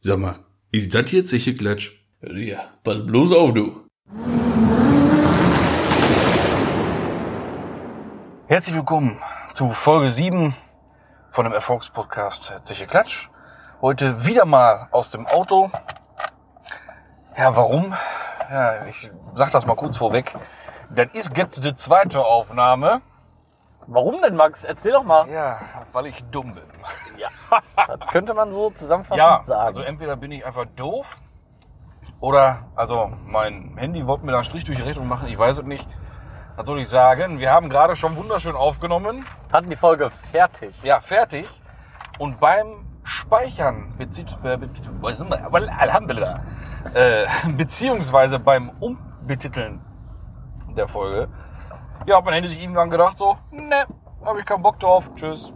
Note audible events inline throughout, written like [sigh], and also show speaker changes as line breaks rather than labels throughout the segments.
Sag mal, ist das jetzt sicher Klatsch?
Ja, pass bloß auf, du.
Herzlich willkommen zu Folge 7 von dem Erfolgspodcast Zeche Klatsch. Heute wieder mal aus dem Auto. Ja, warum? Ja, ich sag das mal kurz vorweg. Das ist jetzt die zweite Aufnahme.
Warum denn, Max? Erzähl doch mal.
Ja, weil ich dumm bin.
Das könnte man so zusammenfassend
Ja,
sagen.
also entweder bin ich einfach doof oder, also mein Handy wollte mir da einen Strich durch die Rechnung machen, ich weiß es nicht. Was soll ich sagen? Wir haben gerade schon wunderschön aufgenommen.
hatten die Folge fertig.
ja, fertig. Und beim Speichern, bezieht, äh, be- wo sind wir? Wal- Alhamdulillah. äh, [laughs] beziehungsweise beim Umbetiteln der Folge, ja, hat mein Handy sich irgendwann gedacht, so, ne, habe ich keinen Bock drauf, tschüss.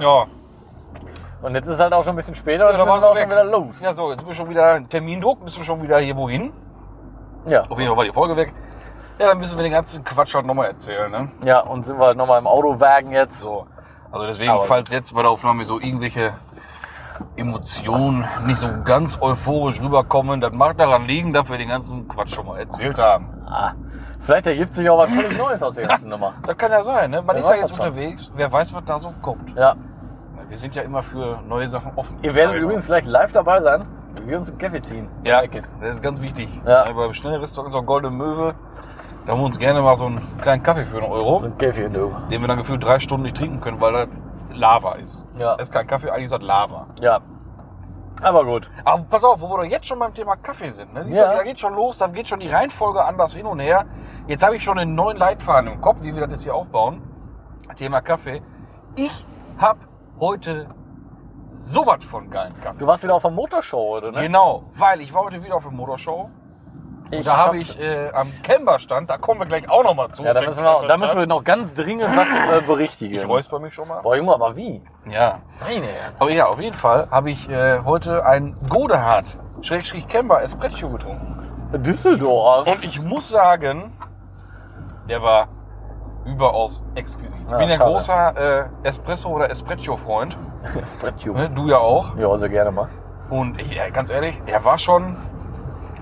Ja,
Und jetzt ist halt auch schon ein bisschen später und
Ja,
jetzt
da
Also
war's
müssen wir
weg.
auch schon wieder los.
ja, so, jetzt sind wir schon wieder Termindruck, müssen schon wieder hier wohin.
Ja.
Auf jeden Fall war die Folge weg. Ja, dann müssen wir den ganzen Quatsch halt nochmal erzählen, ne?
ja, und sind wir halt nochmal im Autowagen jetzt.
So. Also deswegen,
Aber-
falls jetzt bei der Aufnahme so irgendwelche Emotionen nicht so ganz euphorisch rüberkommen, das mag daran liegen, dass wir den ganzen Quatsch schon mal erzählt haben.
Ah, vielleicht ergibt sich auch was völlig Neues aus
[laughs]
der ganzen Nummer.
Das kann ja sein, ne? Man
Wer
ist ja
weiß
jetzt
das schon.
unterwegs, wer weiß, was da so kommt.
Ja.
Wir sind ja immer für neue Sachen offen.
Ihr werdet
Aber-
übrigens gleich live dabei sein. Wir gehen uns einen Kaffee ziehen.
Genau. Ja,
Eckes.
das ist ganz wichtig.
Ja.
Aber Beim Schnellrestaurant so Goldene Möwe, da haben wir uns gerne mal so einen kleinen Kaffee für einen
So
Euro,
ein Kaffee, du.
den wir dann gefühlt drei Stunden nicht trinken können, weil das Lava ist.
Ja.
Das ist kein Kaffee, eigentlich ist das Lava.
Ja. Aber gut.
Aber pass auf, wo wir doch jetzt schon beim Thema Kaffee sind. Ne? Siehst
Ja.
du, da geht schon los, da geht schon die Reihenfolge anders hin und her. Jetzt habe ich schon einen neuen Leitfaden im Kopf, wie wir das jetzt hier aufbauen. Thema Kaffee. Ich habe heute sowas von geilen Kaffee.
Du warst wieder auf der Motorshow heute, ne?
Genau, weil ich war heute wieder auf der Motorshow.
Ich
Und da habe
schaff's.
ich äh, am Camperstand, da kommen wir gleich auch nochmal zu.
Ja, da müssen, wir, da müssen wir noch ganz dringend was äh, berichtigen.
Ich räusper mich schon mal.
Boah, Junge, aber wie?
Ja.
Meine Herren.
Aber ja, auf jeden Fall habe ich äh, heute ein Godehard, Schrägstrich Camper Espresso getrunken.
Düsseldorf. [laughs]
Und ich muss sagen, der war überaus exquisit. Ich
Ja,
bin ja
schade.
großer äh, Espresso- oder Espresso-Freund.
Espresso.
Ne? Du ja auch.
Ja, sehr gerne mal.
Und ich, ja, ganz ehrlich, der war schon.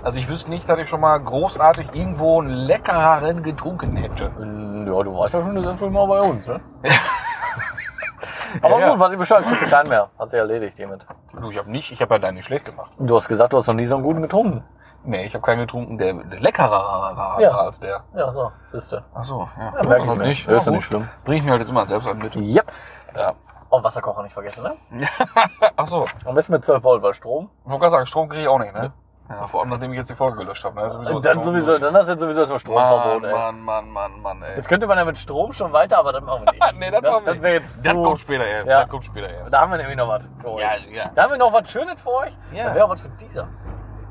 Also ich wüsste nicht, dass ich schon mal großartig irgendwo einen leckereren getrunken hätte.
Mm, Ja, du warst ja schon das erste Mal bei uns, ne? [laughs] Aber
Ja, ja.
gut, was ich Bescheid, kriegst du keinen mehr. Hat sich erledigt hiermit.
Du, ich habe nicht, ich habe ja deinen nicht schlecht gemacht.
Du hast gesagt, du hast noch nie so einen guten getrunken.
Nee, ich habe keinen getrunken, der, der leckerer war
Ja.
als der.
Ja, so, siehst du.
Ach so, ja.
Ja, merke ich
Also
mir.
nicht.
Ja,
Ja,
ist ja
gut.
nicht schlimm.
Bring ich mir halt jetzt mal selbst an mit.
Yep.
Ja.
Und Wasserkocher nicht vergessen, ne?
Ach so,
Am besten mit 12 Volt, weil Strom.
wollte gerade sagen, Strom kriege ich auch nicht, ne? Ja, vor allem nachdem ich jetzt die Folge gelöscht habe. Ne? Sowieso
dann sowieso, dann hast du jetzt sowieso erstmal Stromverbot,
Mann,
ey.
Mann, Mann, Mann, Mann, ey.
Jetzt könnte man ja mit Strom schon weiter, aber das machen
[laughs]
wir nicht.
nee, das machen wir
Das wäre jetzt
Das
zu,
kommt später erst.
Ja.
Das kommt später erst.
Da haben wir nämlich noch was für euch.
Ja, ja.
Da haben wir noch was Schönes für euch.
Ja.
Da wäre auch was für dieser.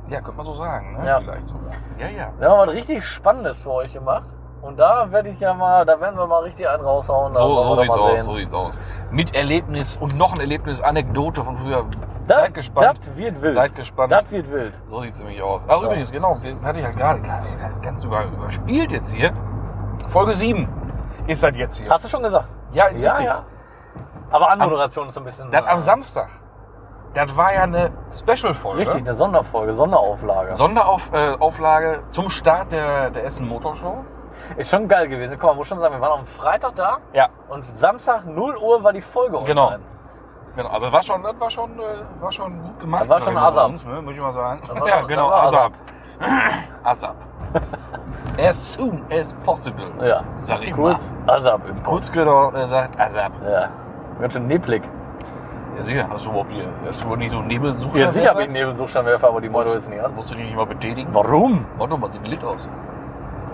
Ja, könnte man so sagen, ne?
Ja.
Vielleicht sogar. Ja, ja.
Wir haben was richtig Spannendes für euch gemacht. Und da werde ich ja mal, da werden wir mal richtig einen raushauen. Da
So,
wollen wir
so
doch
sieht's
mal
aus,
sehen.
so sieht's aus. Mit Erlebnis und noch ein Erlebnis, Anekdote von früher.
Das,
Seid gespannt.
Das wird wild.
Seid gespannt.
Das wird wild.
So sieht's nämlich aus. Ach,
Ja.
übrigens, genau, wir- hatte ich ja gerade gerade ganz über, überspielt jetzt hier. Folge 7 ist das jetzt hier.
Hast du schon gesagt?
Ja, ist richtig.
Aber Anmoderation ist so ein bisschen.
Das am
äh,
Samstag. Das war ja eine Special-Folge.
Richtig, eine Sonderfolge, Sonderauflage.
Sonderauflage äh, Auflage zum Start der, der Essen Motorshow.
ist schon geil gewesen. Guck mal, muss schon sagen, wir waren am Freitag da
Ja.
und Samstag 0 Uhr war die Folge online.
Genau. Genau, also war schon, das war schon, äh, war schon gut gemacht.
Das war schon
Bei
ASAP.
uns, Ne, muss ich mal sagen.
Das war
ja,
schon-
genau,
das war
ASAP. ASAP.
[laughs]
as soon as possible.
Ja.
Sag ich mal.
Kurz, ASAP im Putz.
Kurz genau äh, sagt ASAP.
Ja. Ganz schön neblig.
Ja, sicher. Hast du überhaupt hier, hast du wohl nicht so einen Nebelsucher?
Ja, sicher habe ich Nebelsuchscheinwerfer, aber die Motor ist
Wolltest
nicht an.
wolltest du die nicht mal betätigen?
Warum?
Warte mal, sieht lit aus.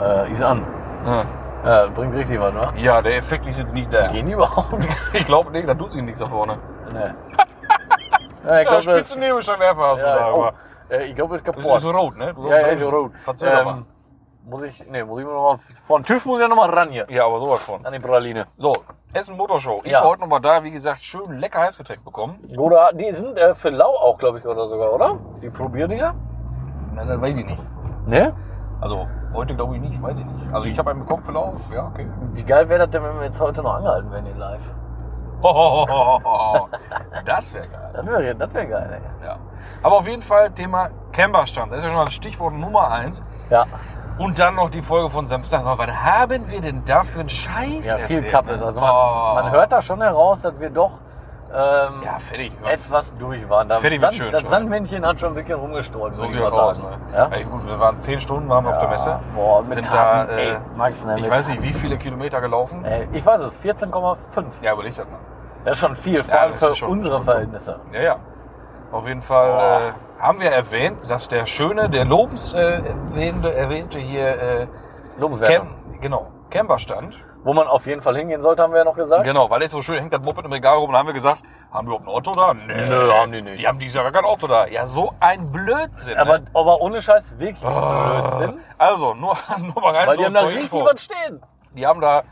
Äh, ist an. Ja, bringt richtig was, ne?
Ja, der Effekt ist jetzt nicht da.
Gehen die überhaupt? nee. [laughs]
Ich glaube nicht, da tut sich nichts da vorne.
Ja, ich
Ja,
glaube, das,
Spitzennebenscheinwerfer hast du da.
ja, oh,
aber-
äh, ich glaub, das ist
Das
kaputt.
ist rot, ne? Du
ja, ja,
sagst,
ist rot.
Verzeih doch mal.
Ähm, muss ich, nee, muss ich mir nochmal, von TÜV muss ich ja nochmal ran hier.
Ja, aber sowas von.
An die Praline.
So, Essen Motorshow. Ich
Ja.
war heute nochmal da, wie gesagt, schön lecker Heißgetränk bekommen.
Oder die sind äh, für lau auch, glaube ich, oder sogar, oder? Die Probierdinger?
Na,
øh,
das weiß ich nicht.
Ne?
Also, heute glaube ich nicht, weiß ich nicht. Also, ich habe einen bekommen für Lauf. Ja, okay.
Wie geil wäre das denn, wenn wir jetzt heute noch angehalten wären hier live?
[laughs] Das wäre geil.
Das wäre das wär geil, ey.
Ja. Aber auf jeden Fall Thema Camperstand. Das ist ja schon mal das Stichwort Nummer eins.
Ja,
Und dann noch die Folge von Samstag. Aber was haben wir denn da für einen Scheiß?
ja viel
erzählt,
Kappes.
ne?
Also man,
Oh.
man hört da schon heraus, dass wir doch ähm,
Ja, fertig. Ja.
etwas durch waren. Da
Fertig wird
Sand,
schön,
das
schon.
Sandmännchen hat schon ein bisschen rumgestrollt,
So
würde
sieht
ich mal
das aus.
sagen.
Ne?
Ja?
Ey, gut, wir waren zehn Stunden waren wir auf der
Ja,
Messe.
Boah, mit
Sind
Taten,
da,
ey,
äh,
Max, ne,
Ich
mit- Äh.
weiß nicht, wie viele Kilometer gelaufen.
Ey, ich weiß es, 14,5.
Ja, überleg das mal.
Das ist schon viel, vor allem
das
für
ist schon-
unsere
schon-
Verhältnisse.
Ja, ja. Auf jeden Fall äh, haben wir erwähnt, dass der schöne, der lobens äh, erwähnte, erwähnte hier äh,
Lobenswert.
Cam, genau, Camperstand.
Wo man auf jeden Fall hingehen sollte, haben wir ja noch gesagt.
Genau, weil er ist so schön, hängt das Moped im Regal rum und haben wir gesagt, haben wir überhaupt ein Auto da? Nee,
Nö, haben die nicht.
Die haben dieses Jahr gar kein Auto da. Ja, so ein Blödsinn.
Aber,
ne?
aber ohne Scheiß wirklich
Ah.
Blödsinn.
Also, nur, [laughs] nur mal rein.
Weil die
nur
haben da
zur
richtig
Info.
was stehen.
Die haben da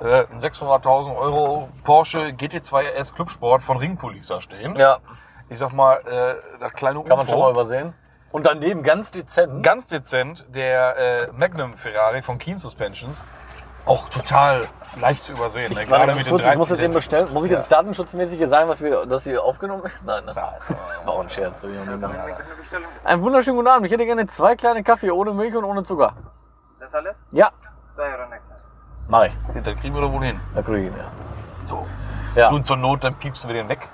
äh, einen 600.000 Euro Porsche GT2 RS Clubsport von Ringpolice da stehen.
Ja,
Ich sag mal, äh, das kleine
kann man
UFO.
schon mal übersehen. Und daneben ganz dezent.
Ganz dezent der äh, Magnum Ferrari von Keen Suspensions. Auch total leicht zu übersehen. Ne?
Warte, ganz kurz, ich muss jetzt
den
eben bestellen. Muss ich jetzt datenschutzmäßig hier sagen, dass wir, dass wir aufgenommen werden? Nein, nein. War auch ein Scherz. hab ich auch nicht gemacht. Einen wunderschönen guten Abend. Ich hätte gerne zwei kleine Kaffee ohne Milch und ohne Zucker.
¿Das alles?
Ja,
2 Euro nächstes Mal.
mach ich.
Dann kriegen wir da wohl hin.
Da krieg ich ihn, ja.
So.
Ja.
Und zur Not, dann piepsen wir den weg.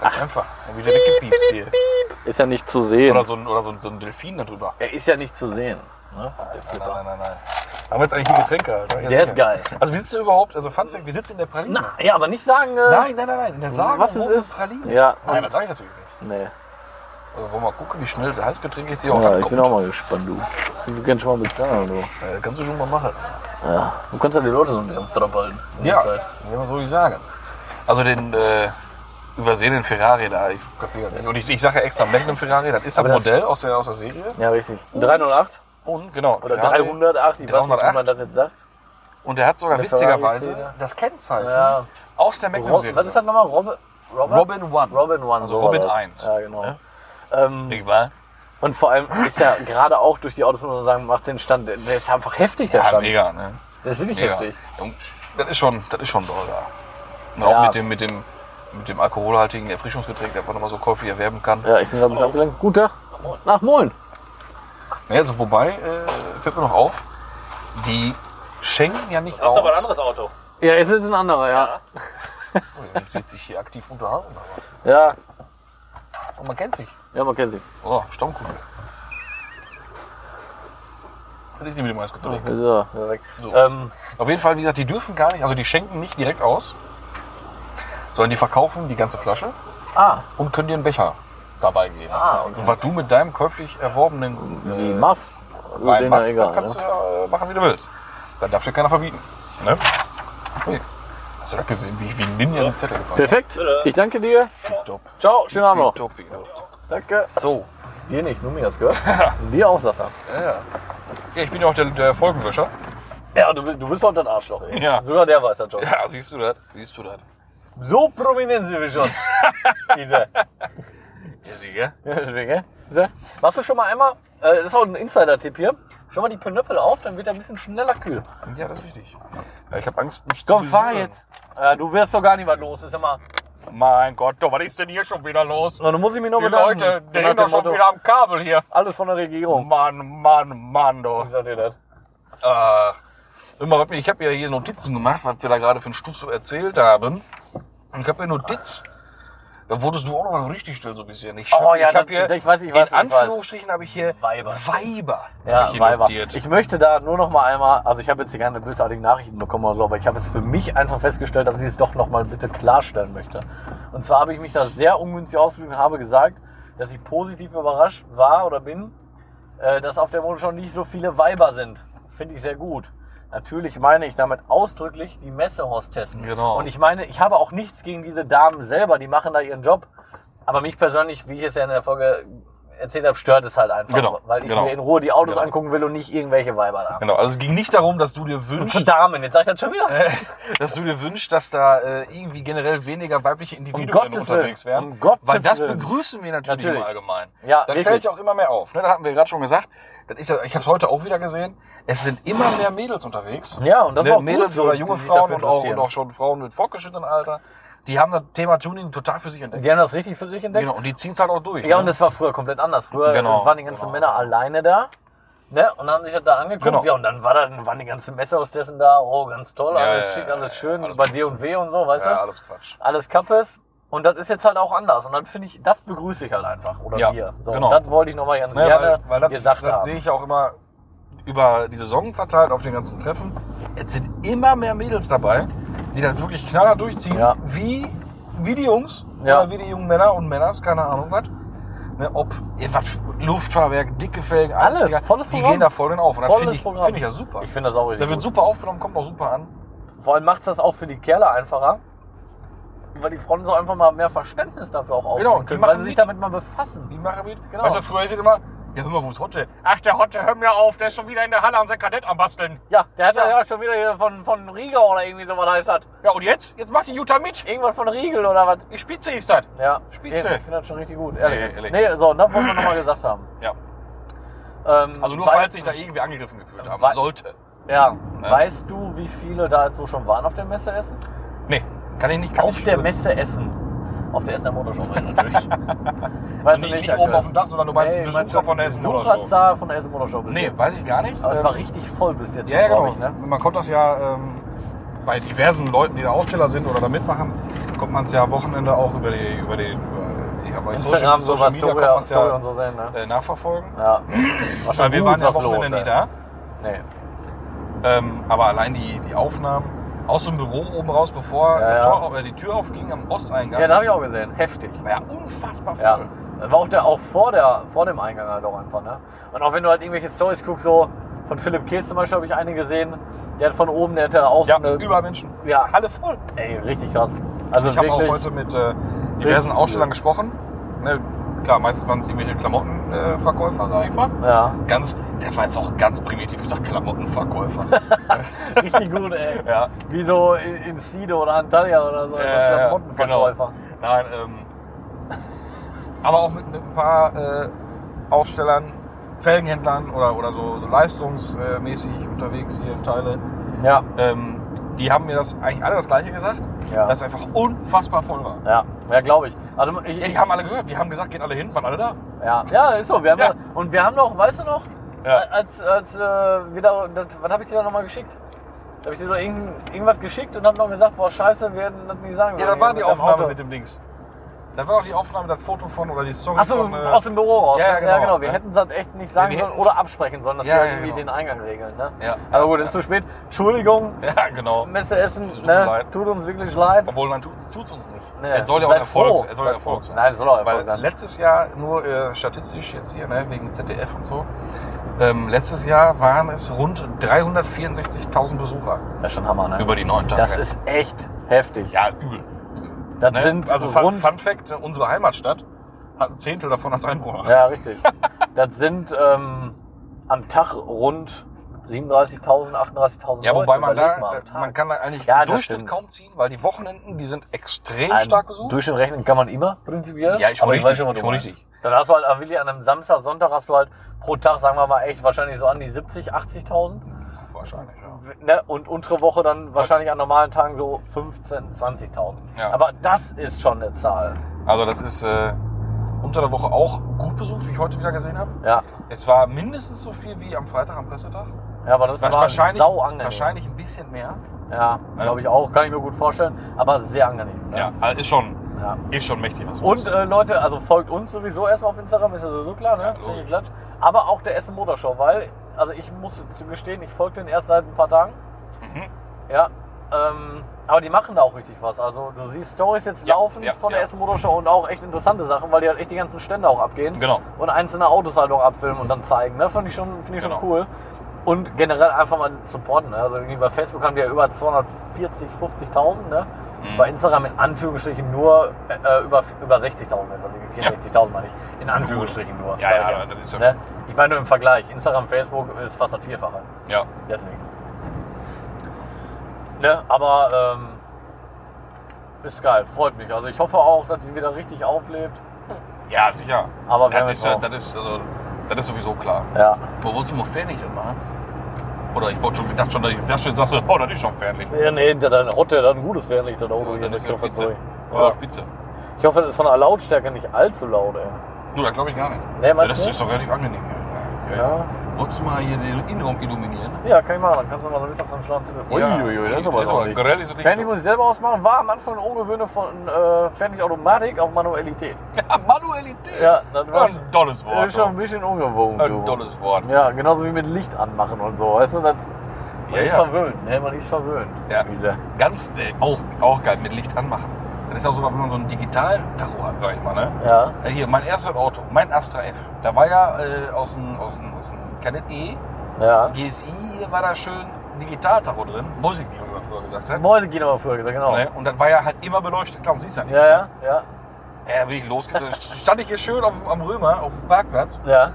Ganz einfach. Dann wieder weggepiepst hier.
Ist ja nicht zu sehen.
Oder so ein, oder so ein, so ein Delfin da drüber.
Er ist ja nicht zu sehen. Ne? Der,
Nein,
Flipper.
nein, nein, nein. Haben wir jetzt eigentlich hier Getränke? halt, Alter? Ja,
der ist
sicher.
geil.
Also wir sitzen überhaupt, also Fun Fact, wir sitzen in der Praline.
Na, ja, aber nicht sagen, äh,
Nein, nein, nein, nein, in der Saga
was es
roten
ist.
Praline.
Ja,
Nein, das sage ich natürlich nicht.
nee.
Also wollen wir mal gucken, wie schnell das Heißgetränk jetzt hier auch
ja, ich
ankommt.
bin auch mal gespannt, du. Du kannst schon mal bezahlen, du.
Äh, kannst du schon mal machen.
Ja. Du kannst ja die Leute so ein bisschen am Trab halten. in der
Ja,
Zeit.
kann man so nicht sagen. Also den äh, übersehenen Ferrari da, ich kapiere nicht. Und ich, ich sage ja extra Magnum Ferrari, das ist
Aber
das
das-
Modell aus der, aus der Serie.
Ja, richtig. 308
Und genau.
oder
Ferrari.
308, ich weiß nicht, wie
308.
man das jetzt sagt.
Und er hat sogar
Eine
witzigerweise
Ferrari-Szene.
das Kennzeichen
Ja.
aus der
Rob,
Magnum-Serie.
was ist das nochmal? Robin,
Robin One.
Robin One.
Also
so
Robin
war das.
1.
Ja, genau.
Ja.
Ähm,
Ich war.
und vor allem ist ja gerade auch durch die Autos, muss man sagen, macht den Stand. Der ist einfach heftig, der
Ja,
Stand.
mega, ne?
Der ist wirklich
Mega.
heftig.
Und das ist schon, das ist schon doll da. Und
Ja.
auch mit dem, mit dem, mit dem alkoholhaltigen Erfrischungsgetränk, das man nochmal so käuflich erwerben kann.
Ja, ich bin gerade ein bisschen abgelenkt. Guten Tag. Nach Moin.
Naja, also wobei, äh, fällt mir noch auf, die schenken ja nicht aus.
Auto.
Ja, ist jetzt ein anderer, ja.
Oh, Jetzt wird sich hier aktiv unterhalten, aber
Ja,
und man kennt sich.
ja, man kennt sich.
Oh, Stammkunde. Das ist nicht mit dem Eisgetränk.
So, wieder weg.
So.
Ähm,
Äh, Auf jeden Fall, wie gesagt, die dürfen gar nicht, also die schenken nicht direkt aus, sondern die verkaufen die ganze Flasche
ah,
und können dir einen Becher dabei geben.
Ah, okay.
Und was du mit deinem käuflich erworbenen
die
äh,
Mass.
Wein
Den da
machst, das
egal.
kannst
Ne?
du äh, machen, wie du willst. Dann darf dir keiner verbieten. Ne? Hey, Hast du das gesehen, wie ich wie ein Ninja den Zettel gefahren
Perfekt. Ich danke dir.
habe? Top.
Ciao, schönen Abend noch.
Top, top.
Danke.
So.
Dir nicht, nur mir
[laughs]
das gehört. dir auch, sagt er.
Ja, ja. ja, ich bin ja auch der, der Folgenwischer. [laughs]
Ja, du, bist- du bist heute ein Arschloch, ey.
Ja.
Sogar der weiß das schon.
Ja, siehst du das? Siehst du das?
So prominent sind wir [laughs] schon. Diese.
Ja, sicher.
Deswegen, Diese. Machst du schon mal einmal, äh, das ist auch ein Insider-Tipp hier, schon mal die Pinöppel auf, dann wird er ein bisschen schneller kühl.
Ja, das ist richtig. Ja, ich habe Angst, mich
Komm,
zu
fahr
berühren.
jetzt. Äh, du wirst doch gar nicht was los, ist immer.
Mein Gott, doch, was ist denn hier schon wieder los?
Und dann muss ich mich noch
Die
bedanken.
Leute,
So
die
nach
hängen
dem
doch schon
Motto, Oh.
wieder am Kabel hier.
Alles von der Regierung.
Mann, Mann, Mann, doch.
Wie sagt ihr das?
Äh, immer, was mir- ich habe ja hier Notizen gemacht, was wir da gerade für einen Stuss so erzählt haben. Und ich habe hier Notiz. Da wurdest du auch noch mal richtig still so ein bisschen. Ich
Oh ja,
ich hab
das-
hier,
ich weiß, ich
in
weiß, ich weiß.
Anführungsstrichen habe ich hier
Weiber.
Weiber, hab
Ja,
ich hier
Weiber.
notiert.
Ich möchte da nur noch mal einmal, also ich habe jetzt hier keine bösartigen Nachrichten bekommen oder so, aber ich habe es für mich einfach festgestellt, dass ich es doch noch mal bitte klarstellen möchte. Und zwar habe ich mich da sehr ungünstig ausgedrückt und habe gesagt, dass ich positiv überrascht war oder bin, äh, dass auf der Modenschau nicht so viele Weiber sind. Finde ich sehr gut. Natürlich meine ich damit ausdrücklich die Messehostessen.
Genau.
Und ich meine, ich habe auch nichts gegen diese Damen selber, die machen da ihren Job. Aber mich persönlich, wie ich es ja in der Folge erzählt habe, stört es halt einfach,
Genau,
weil ich
genau.
mir in Ruhe die Autos
Genau.
angucken will und nicht irgendwelche Weiber da.
Genau, also es ging nicht darum, dass du dir
Für
wünschst,
Damen, jetzt sag ich das schon wieder.
äh, [laughs] dass du dir wünschst, dass da äh, irgendwie generell weniger weibliche Individuen
Um Gottes Willen,
unterwegs wären.
um Gottes
weil das
Willen.
begrüßen wir natürlich,
Natürlich.
im Allgemeinen.
Ja,
Das
wirklich.
fällt ja auch immer mehr auf. Ne? Das hatten wir gerade schon gesagt. Das ist ja, ich habe es heute auch wieder gesehen. Es sind immer mehr Mädels unterwegs.
Ja, und das
Ne,
ist auch
Mädels
gut,
oder
so,
junge
die sich
Frauen
dafür
und auch, und
interessieren.
auch schon Frauen mit fortgeschrittenem Alter. Die haben das Thema Tuning total für sich entdeckt.
Die haben das richtig für sich entdeckt.
Genau, und die ziehen es halt auch durch.
Ja,
ne?
und das war früher komplett anders. Früher
Genau,
waren die ganzen
genau.
Männer alleine da. Ne? Und haben sich das da angeguckt.
Genau.
Ja, und dann war da, waren die ganzen Messerhostessen da. Oh, ganz toll,
Ja,
alles
ja,
schick,
ja,
alles
ja,
schön,
alles
bei
Blödsinn.
D&W und so, weißt
ja,
du?
alles Quatsch.
Alles Kappes. Und das ist jetzt halt auch anders. Und das finde ich, das begrüße ich halt einfach. Oder
Ja,
wir. So,
genau.
und das wollte ich nochmal ganz
Ne,
gerne
weil, weil das,
gesagt
das sehe
haben.
ich auch immer über die Saison verteilt auf den ganzen Treffen. Jetzt sind immer mehr Mädels dabei, die dann wirklich knaller durchziehen,
Ja.
wie, wie die Jungs
Ja.
oder wie die jungen Männer und Männers, keine Ahnung was. Ne, ob eh, was, Luftfahrwerk, dicke Felgen, alles,
Alles,
egal.
volles
die
Programm.
gehen da voll drin auf. Und das
Volles
finde ich,
Programm.
find ich ja super.
Ich finde das auch
Da
richtig
wird
gut.
super aufgenommen, kommt auch super an.
Vor allem macht es das auch für die Kerle einfacher. Weil die Frauen so einfach mal mehr Verständnis dafür auch
Genau,
aufbringen
die
können,
machen
weil sie sich
mit.
damit mal befassen.
Die machen mit.
Genau.
Weißt du, früher ist es immer, ja hör mal, wo ist Hotte? Ach, der Hotte, hör mir auf, der ist schon wieder in der Halle an sein Kadett am Basteln.
Ja, der hat ja,
Ja.
ja schon wieder hier von, von Riga oder irgendwie sowas heißt das.
Ja, und jetzt? Jetzt macht die Jutta mit.
Irgendwas von Riegel oder was?
Ich spitze ist das.
Ja,
Spitze.
Nee, Ich finde das schon richtig gut, ehrlich.
Nee,
jetzt.
ehrlich.
Nee, so, und das wollen wir nochmal gesagt haben.
[clears throat] Ja.
Ähm,
Also nur
wei-
falls ich da irgendwie angegriffen gefühlt
Wei-
habe. Sollte.
Ja,
Ja.
weißt du, wie viele da jetzt so schon waren auf der Messe Essen?
Nee, kann ich nicht. Kann
auf
ich
der
nicht-
Messe Essen. Auf der
[laughs]
Essener Motorshow natürlich. weißt
Nee,
du
Also nicht
aktuell.
oben auf dem Dach, sondern du meinst
Nee, ich mein
Besucher
schon
von der Essen oder so.
Besucherzahl von der Essen Motorshow bis
Nee,
jetzt.
weiß ich gar nicht.
Aber es
Ähm,
war richtig voll bis jetzt,
ja, ja,
glaub
genau.
ich, ne?
Man kommt das ja ähm, bei diversen Leuten, die da Aussteller sind oder da mitmachen, kommt man es ja am Wochenende auch über die, über die, über die ja, bei Social,
Instagram, sowas,
Social Media kommt
Story,
man es
Story
ja
und so sehen, ne?
äh, nachverfolgen.
Ja, war
Weil wir waren ja am
los,
Wochenende
ey.
nie da.
Nee.
Ähm, aber allein die, die Aufnahmen aus dem Büro oben raus, bevor
Ja,
äh,
ja.
Tor, äh, die Tür aufging am Osteingang.
Ja, da habe ich auch gesehen. Heftig.
war ja unfassbar voll.
Ja. War auch, der, auch vor, der, vor dem Eingang halt auch einfach, ne? Und auch wenn du halt irgendwelche Stories guckst, so von Philipp Kees zum Beispiel habe ich eine gesehen, der hat von oben, der hatte auch
Ja,
so eine.
über Menschen.
Ja,
Halle voll.
ey, richtig krass. Also
ich habe
wirklich.
auch heute mit äh, diversen
Richtig
Ausstellern
cool.
gesprochen. Ne, klar, meistens waren es irgendwelche Klamottenverkäufer, äh, Verkäufer, sag ich mal.
ja,
Ganz, der war jetzt auch ganz primitiv gesagt, Klamottenverkäufer.
richtig gut, ey.
[laughs] ja,
Wie so in, in Sido oder Antalya oder so. so
Ja, ja, ja,
Klamottenverkäufer.
nein, ähm, aber auch mit, mit ein paar äh, Ausstellern, Felgenhändlern oder, oder so, so leistungsmäßig unterwegs hier in Teile.
Ja,
Ähm, die haben mir das eigentlich alle das Gleiche gesagt,
ja.
dass es einfach unfassbar voll war.
Ja, ja glaube ich. Also ich,
Ja,
ich
die haben alle gehört, die haben gesagt, gehen alle hin, waren alle da.
Ja, ja, ist so. Wir haben
Ja.
ja. Und wir haben noch, weißt du noch,
Ja.
als, als äh, wir da, das, was habe ich dir da nochmal geschickt? Da habe ich dir doch irgend, irgendwas geschickt und habe noch gesagt, boah, scheiße, wir hätten das nie sagen
Ja,
sollen
da war die
hier mit dem
Aufnahme
Auto.
mit dem Dings. Da war auch die Aufnahme, das Foto von oder die Story
Ach so,
von. äh,
aus dem Büro raus.
Ja,
ne?
ja, genau.
Wir
Ja.
hätten das echt nicht sagen
wir
sollen
hätten-
oder absprechen sollen, dass
Ja,
wir
ja,
irgendwie
genau.
den Eingang regeln. Ne?
ja. [laughs]
Aber gut, ist zu spät. Entschuldigung,
Ja, genau.
Messe Essen,
Tut mir
ne?
leid.
tut uns wirklich leid.
Obwohl, nein, tut es uns nicht.
Ne,
Es soll ja auch
seid
ein Erfolg,
froh.
es soll ja ein Erfolg sein.
Nein, es soll auch
Weil
Erfolg sein.
letztes Jahr, nur äh, statistisch jetzt hier, ne, wegen ZDF und so, ähm, letztes Jahr waren es rund 364.000 Besucher
Das ist schon Hammer, ne?
über die neun Tage.
Das ist echt heftig.
ja übel.
Das
Ne?
sind
also Fun,
rund
Fun Fact, unsere Heimatstadt hat ein Zehntel davon als Einwohner. [laughs]
Ja, richtig. das sind ähm, am Tag rund 37.000, 38.000
Ja,
Leute.
wobei man
Überleg
da, äh,
mal am Tag.
man kann da eigentlich
Ja, das
Durchschnitt
stimmt.
kaum ziehen, weil die Wochenenden, die sind extrem
Ein
stark besucht.
Durchschnitt rechnen kann man immer prinzipiell.
Ja, ich schon
aber
richtig,
Ich weiß schon, was
ich
du
schon
meinst.
richtig.
Dann hast du halt auch wirklich an einem Samstag, Sonntag hast du halt pro Tag, sagen wir mal, echt wahrscheinlich so an die 70, 80.000.
Wahrscheinlich, ja.
Ne? Und untere Woche dann wahrscheinlich an normalen Tagen so 15, 20.000.
Ja.
Aber das ist schon eine Zahl.
Also das ist äh, unter der Woche auch gut besucht, wie ich heute wieder gesehen habe.
Ja,
Es war mindestens so viel wie am Freitag am Pressetag.
ja aber das war
wahrscheinlich,
sau angenehm.
wahrscheinlich ein bisschen mehr.
Ja, glaube ich auch. Kann ich mir gut vorstellen. Aber sehr angenehm. ne?
also ist schon,
ja.
ist schon mächtig was. los
Und
ist.
äh, Leute, also folgt uns sowieso erstmal auf Instagram, ist ja sowieso klar,
Ja,
ne?
logisch.
Zeche Klatsch. Aber auch der Essen Motorshow, weil, also ich muss zu gestehen, ich folge den erst seit ein paar Tagen.
Mhm.
Ja. Ähm, aber die machen da auch richtig was. Also du siehst Stories jetzt
Ja,
laufend
ja,
von der
ja.
Essen Motorshow und auch echt interessante Sachen, weil die halt echt die ganzen Stände auch abgehen
Genau.
und einzelne Autos halt auch abfilmen und dann zeigen. Ne? Fand ich schon, finde ich schon
Genau.
cool. Und generell einfach mal supporten. Ne? Also irgendwie bei Facebook haben wir ja über 240, 50.000. Ne?
Mhm.
Bei Instagram in Anführungsstrichen nur äh, über, über 60.000, also irgendwie 64.000 meine ich. In Anführungsstrichen nur.
Ja,
sag
ja,
ich
ja, das ist ja.
Ne? Ich meine nur im Vergleich. Instagram, Facebook ist fast das Vierfache.
Ja.
Deswegen. Ne? Aber ähm, ist geil, freut mich. Also ich hoffe auch, dass die wieder richtig auflebt.
ja, sicher.
Aber wir haben
Das ist,
jetzt
ja-
auch.
das ist also Das ist sowieso klar.
Ja.
Aber wolltest du mal fertig machen? Oder ich wollte schon gedacht, schon, dass ich das schon sagst, oh, das ist schon fertig.
Ja, nee, da- dann hat der dann ein gutes Fernlicht da
Ja,
oben hier
dann
mit
ist ja
Knopf
Spitze.
Zeug.
Oh,
Ja.
Spitze.
Ich hoffe, das ist von der Lautstärke nicht allzu laut, ey.
Du, das glaube ich gar nicht.
Nee,
Ja,
meinst
das
du?
ist doch relativ angenehm. Ja, ja, ja.
Ja.
Wolltest du mal hier den Innenraum illuminieren?
ja, kann ich machen. Dann kannst du mal so ein bisschen auf dem Schlag
Ui, ui, ui, das ist aber so nicht. Grell ist so nicht-
Fernlicht muss ich selber ausmachen. War am Anfang eine Umgewöhne von äh, Fernlicht-Automatik auf Manualität.
Ja, [laughs] Manualität.
Ja, das war
ein tolles
das
Wort.
ist schon ein bisschen ungewogen.
ein
du.
tolles Wort.
Ja, genauso wie mit Licht anmachen und so. Weißt du, das, man
Ja,
ist
ja.
verwöhnt. Ne? Man ist verwöhnt.
Ja.
Wie gesagt.
Ganz, äh, auch, auch geil, mit Licht anmachen. Das ist auch so, wenn man so einen Digital-Tacho hat, sag ich mal, ne?
ja.
Äh, Hier, mein erstes Auto, mein Astra F. Da war ja äh, aus dem aus dem- aus dem Kadett E,
ja.
GSI, hier war da schön Digital-Tacho drin. Musik, wie man früher gesagt hat.
Mäuse gehen aber früher gesagt, genau.
Ne? Und das war ja halt immer beleuchtet. Klar, du siehst ja nicht.
Ja, ja, ja.
Ja, bin ich losgezogen. Stand ich hier schön auf, am Römer, auf dem Parkplatz,
Ja.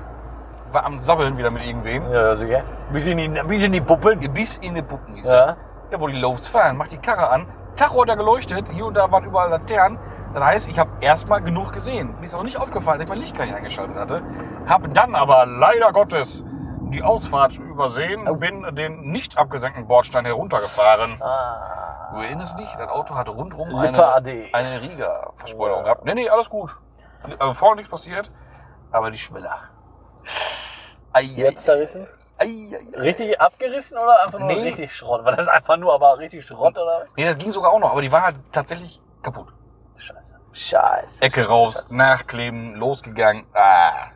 war am Sabbeln wieder mit irgendwem.
Ja, sicher. Bisschen die, bisschen die Puppeln.
Bis in die Puppen. Ich
Ja.
sag, ja, wo die losfahren, mach die Karre an. Tacho hat er geleuchtet, hier und da waren überall Laternen. Das heißt, ich habe erstmal genug gesehen. Mir ist auch nicht aufgefallen, dass ich mein Licht gar nicht eingeschaltet hatte. Habe dann aber leider Gottes die Ausfahrt übersehen
Oh.
und bin den nicht abgesenkten Bordstein heruntergefahren.
Ah.
Du erinnerst dich, das Auto hatte rundrum
Lippe
eine,
AD.
eine Riga-Verspoilung
Ja.
gehabt. Nee, nee, alles gut. Also vorne nichts passiert, aber die Schwelle. Ei,
Jetzt zerrissen?
ei, ei, ei.
Richtig abgerissen oder einfach nur
Nee.
richtig Schrott? War das einfach nur aber richtig Schrott oder?
Nee, das ging sogar auch noch, aber die war halt tatsächlich kaputt.
Scheiße. Scheiße.
Ecke raus, nachkleben, losgegangen. Ah.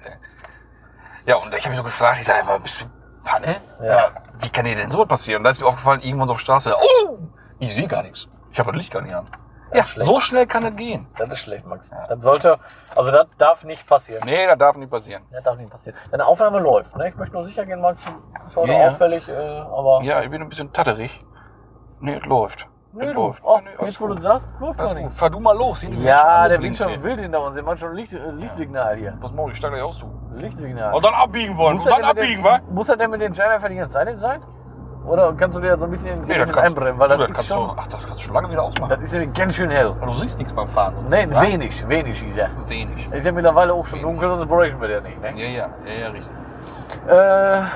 Ja, und ich habe mich so gefragt, ich sage, aber bist du Panne?
Ja.
Wie kann dir denn so was passieren? Und da ist mir aufgefallen, irgendwann so auf der Straße, oh, ich sehe gar nichts. Ich habe das Licht gar nicht an. Ja,
schlecht.
so schnell kann das gehen.
Das ist schlecht, Max.
Ja.
Das sollte, also das darf nicht passieren.
Nee, das darf nicht passieren.
Das darf nicht passieren. Deine Aufnahme läuft, ne? Ich möchte nur sicher gehen, Max. Schon
Ja, ja.
auffällig, äh, aber.
Ja, ich bin ein bisschen tatterig. Nee, es läuft.
Nö,
es
du.
läuft.
Oh,
Nee, alles
jetzt, wo du
gut.
sagst, läuft
Alles
gar
gut.
nichts.
Fahr du mal los. Hier, die sind
Ja,
alle
der
blind
winkt schon
hier.
wild hinter uns. Der macht schon Licht, äh, Lichtsignal hier.
Pass mal, auf, ich steige gleich aus. Du.
Lichtsignal.
Und dann abbiegen Oh, wollen.
Muss
und
er
dann
denn mit
abbiegen, wa?
den- Muss er denn mit den Scheinwerfern die ganze Zeit jetzt sein? Oder kannst du dir so ein bisschen
Nee, das
das
kannst,
einbrennen? Weil
du,
das,
das
ist
kannst
schon,
du. Ach, das kannst du schon lange wieder ausmachen.
das ist nämlich ganz schön hell.
Aber du siehst nichts beim Fahren. sonst,
Nein,
wa?
wenig, wenig ist ja.
Wenig.
Ist ja mittlerweile auch schon
Wenig.
dunkel, sonst bräuchten wir ja nicht. Ne?
Ja, ja, ja, ja, richtig.
Äh,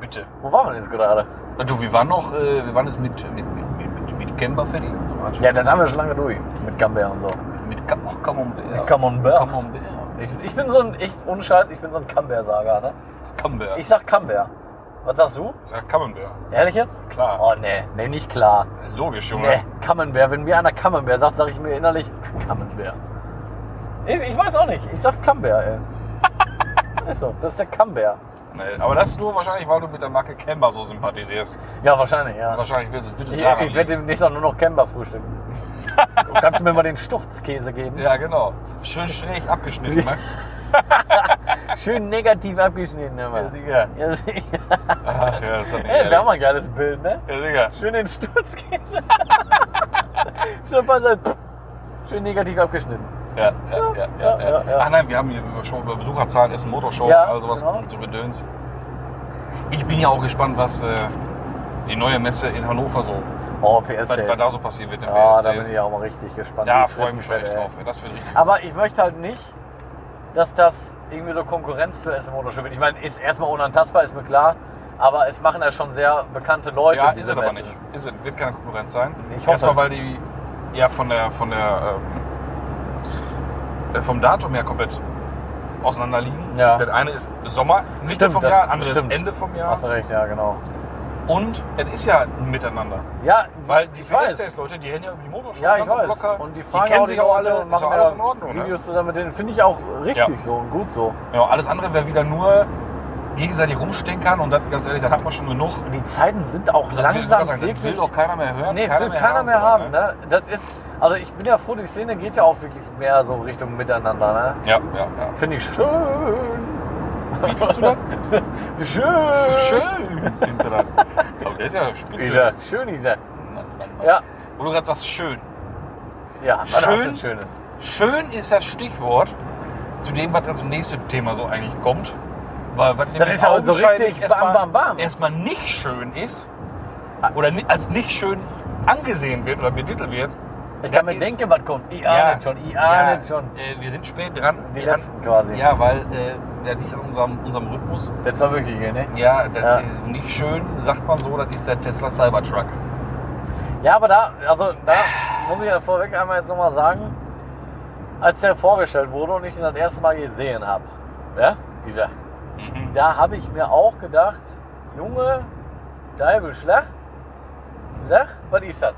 Bitte.
wo waren wir denn jetzt gerade?
Na, du, wir waren noch, äh, wir waren jetzt mit, mit, mit, mit, mit, mit Camber fertig und so weiter.
Ja, dann haben wir schon lange durch. Mit Camembert und so.
Mit Cam- ach, Camembert.
Camembert.
Camembert.
Ich, ich bin so ein, echt unscheiß, ich bin so ein Camembert-Sager. Ne?
Camembert.
Ich sag Camembert. Was sagst du?
Ja, Camembert.
Ehrlich jetzt?
Klar.
Oh nee, nee, nicht klar.
Logisch, Junge.
Nee, Camembert. Wenn mir einer Camembert sagt, sage ich mir innerlich [laughs] Camembert. Ich, ich weiß auch nicht. Ich sag Camembert, [laughs] ey. ist so, das ist der Camembert.
Nee, aber das nur wahrscheinlich, weil du mit der Marke Camber so sympathisierst.
Ja, wahrscheinlich, ja.
Wahrscheinlich wird es wird es
Ich,
daran
ich werde
liegen.
demnächst auch nur noch Camembert
[laughs]
frühstücken. Kannst du mir mal den Sturzkäse geben?
Ja, genau. Schön schräg abgeschnitten, ne?
Schön negativ abgeschnitten
Ja,
immer.
Digga.
Ja, sicher.
Ach, ja,
[laughs]
das hat nicht
Ey, wäre
ehrlich.
mal ein geiles Bild, ne?
Ja, Digga.
Schön
[laughs]
den Sturzkäse. Schön mal so pff, schön negativ abgeschnitten.
Ja, ja, ja, ja,
Ja, ja, ja.
ja. Ach nein, wir haben hier über, Show, über Besucherzahlen, Essen, Motorshow, also
Ja,
all sowas
genau.
und so Gedöns. Ich bin ja auch gespannt, was äh, die neue Messe in Hannover so,
Oh, PS
was, was da
Days.
so passieren wird. in
Ja,
PS
Ah, da
Days.
bin ich auch mal richtig gespannt.
da
Wie
freue ich mich
Flippen-
echt drauf. ey. Das wird richtig.
Aber ich möchte halt nicht, dass das irgendwie so Konkurrenz zu SM Motorshow wird. Ich meine, ist erstmal unantastbar, ist mir klar. Aber es machen ja schon sehr bekannte Leute
ja, ist
diese
es aber
Messe.
nicht. Ist es, wird keine Konkurrenz sein.
Ich hoffe
Erstmal,
es.
weil die ja von der, von der ähm, äh, vom Datum her komplett auseinander liegen.
Ja.
Das eine ist Sommer, Mitte
Stimmt,
vom
das-
Jahr, andere
stimmt.
ist Ende vom Jahr.
Hast du recht, ja, genau.
Und es ist ja ein miteinander.
Ja,
Weil die
ich weiß.
PS-Days-Leute, die rennen ja über die Motorshow
Ja, ich
ganz
weiß.
locker.
Und die fragen
kennen
auch
sich
die
auch
Leute
alle,
und
ist
machen
auch alles
da
in Ordnung. Ne?
Videos zusammen mit denen. Finde ich auch richtig so und gut so.
Ja, alles andere wäre wieder nur gegenseitig rumstinkern und dann, ganz ehrlich, dann hat man schon genug.
Die Zeiten sind auch
Das will, ich
langsam
mal sagen, das
wirklich.
will doch keiner mehr hören.
nee, will keiner mehr
sogar,
haben. Ne? Das ist, also ich bin ja froh, die Szene geht ja auch wirklich mehr so Richtung Miteinander. Ne?
Ja, ja, ja.
Finde ich schön.
Wie findest du das?
Schön.
Schön. Hinter dann. Aber der ist ja spitze.
Dieser, schön dieser.
Mann, Mann, Mann.
Ja,
Wo du gerade sagst, schön.
ja, was
Schön.
ist denn Schönes?
Schön ist das Stichwort zu dem, was als nächstes Thema so eigentlich kommt. Weil, was nämlich
ist ja so
augenscheinlich
richtig
erstmal-
bam, bam, bam.
erstmal nicht schön ist oder ni- als nicht schön angesehen wird oder betitelt wird.
Ich
das
kann mir
ist-
denken, was kommt. Ich ahne
Ja.
Ah, schon, ich ahne
Ja,
schon.
Äh, wir sind spät dran.
Die
Wir
letzten quasi.
haben- ja, weil äh, der liegt an unserem, unserem Rhythmus.
Das war wirklich, geil, ne?
Ja, das
Ja.
ist nicht schön, sagt man so, das ist der Tesla Cybertruck.
Ja, aber da, also da muss ich ja vorweg einmal jetzt nochmal sagen, als der vorgestellt wurde und ich ihn das erste Mal gesehen habe, ja, dieser, da habe ich mir auch gedacht, Junge, Deibelschlag, sag, was ist
[laughs]
das?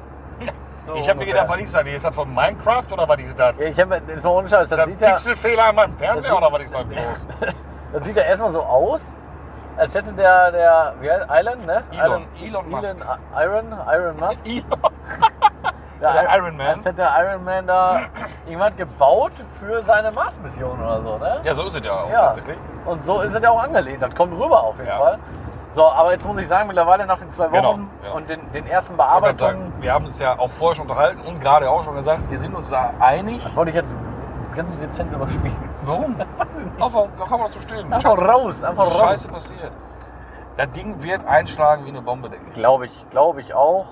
So
Ich habe mir gedacht,
ungefähr.
was ist das? Ist das von Minecraft oder was ist das?
Ja, ich habe jetzt mal ohne Scheiß, das,
Ist das
sieht ja,
Pixelfehler an meinem
das
Fernseher
sieht-
oder was ist
[laughs]
das bloß?
das sieht ja erstmal so aus, als hätte der, der, wie heißt Island, ne?
Elon,
Island,
Elon Musk.
Elon, Iron, Iron Musk.
Elon.
Der
Der
Iron-
Iron Man.
Als hätte der Iron
[clears throat]
Man da irgendwas gebaut für seine Mars-Mission oder so, ne?
Ja, so ist es ja auch
Ja.
tatsächlich.
Und so ist es ja auch angelehnt. Das kommt rüber auf jeden
Ja.
Fall. So, aber jetzt muss ich sagen, mittlerweile nach den zwei
Genau,
Wochen
ja.
und den, den ersten
Ich wollte gerade
Bearbeitungen,
sagen, wir haben uns ja auch vorher schon unterhalten und gerade auch schon gesagt, wir sind uns da einig.
das wollte ich jetzt ganz dezent überspielen.
Warum? [laughs] Einfach, da kann man zu stehen.
Einfach raus, einfach raus.
Scheiße passiert. Das Ding wird einschlagen wie eine Bombe, denke ich.
Glaube ich, glaube ich auch.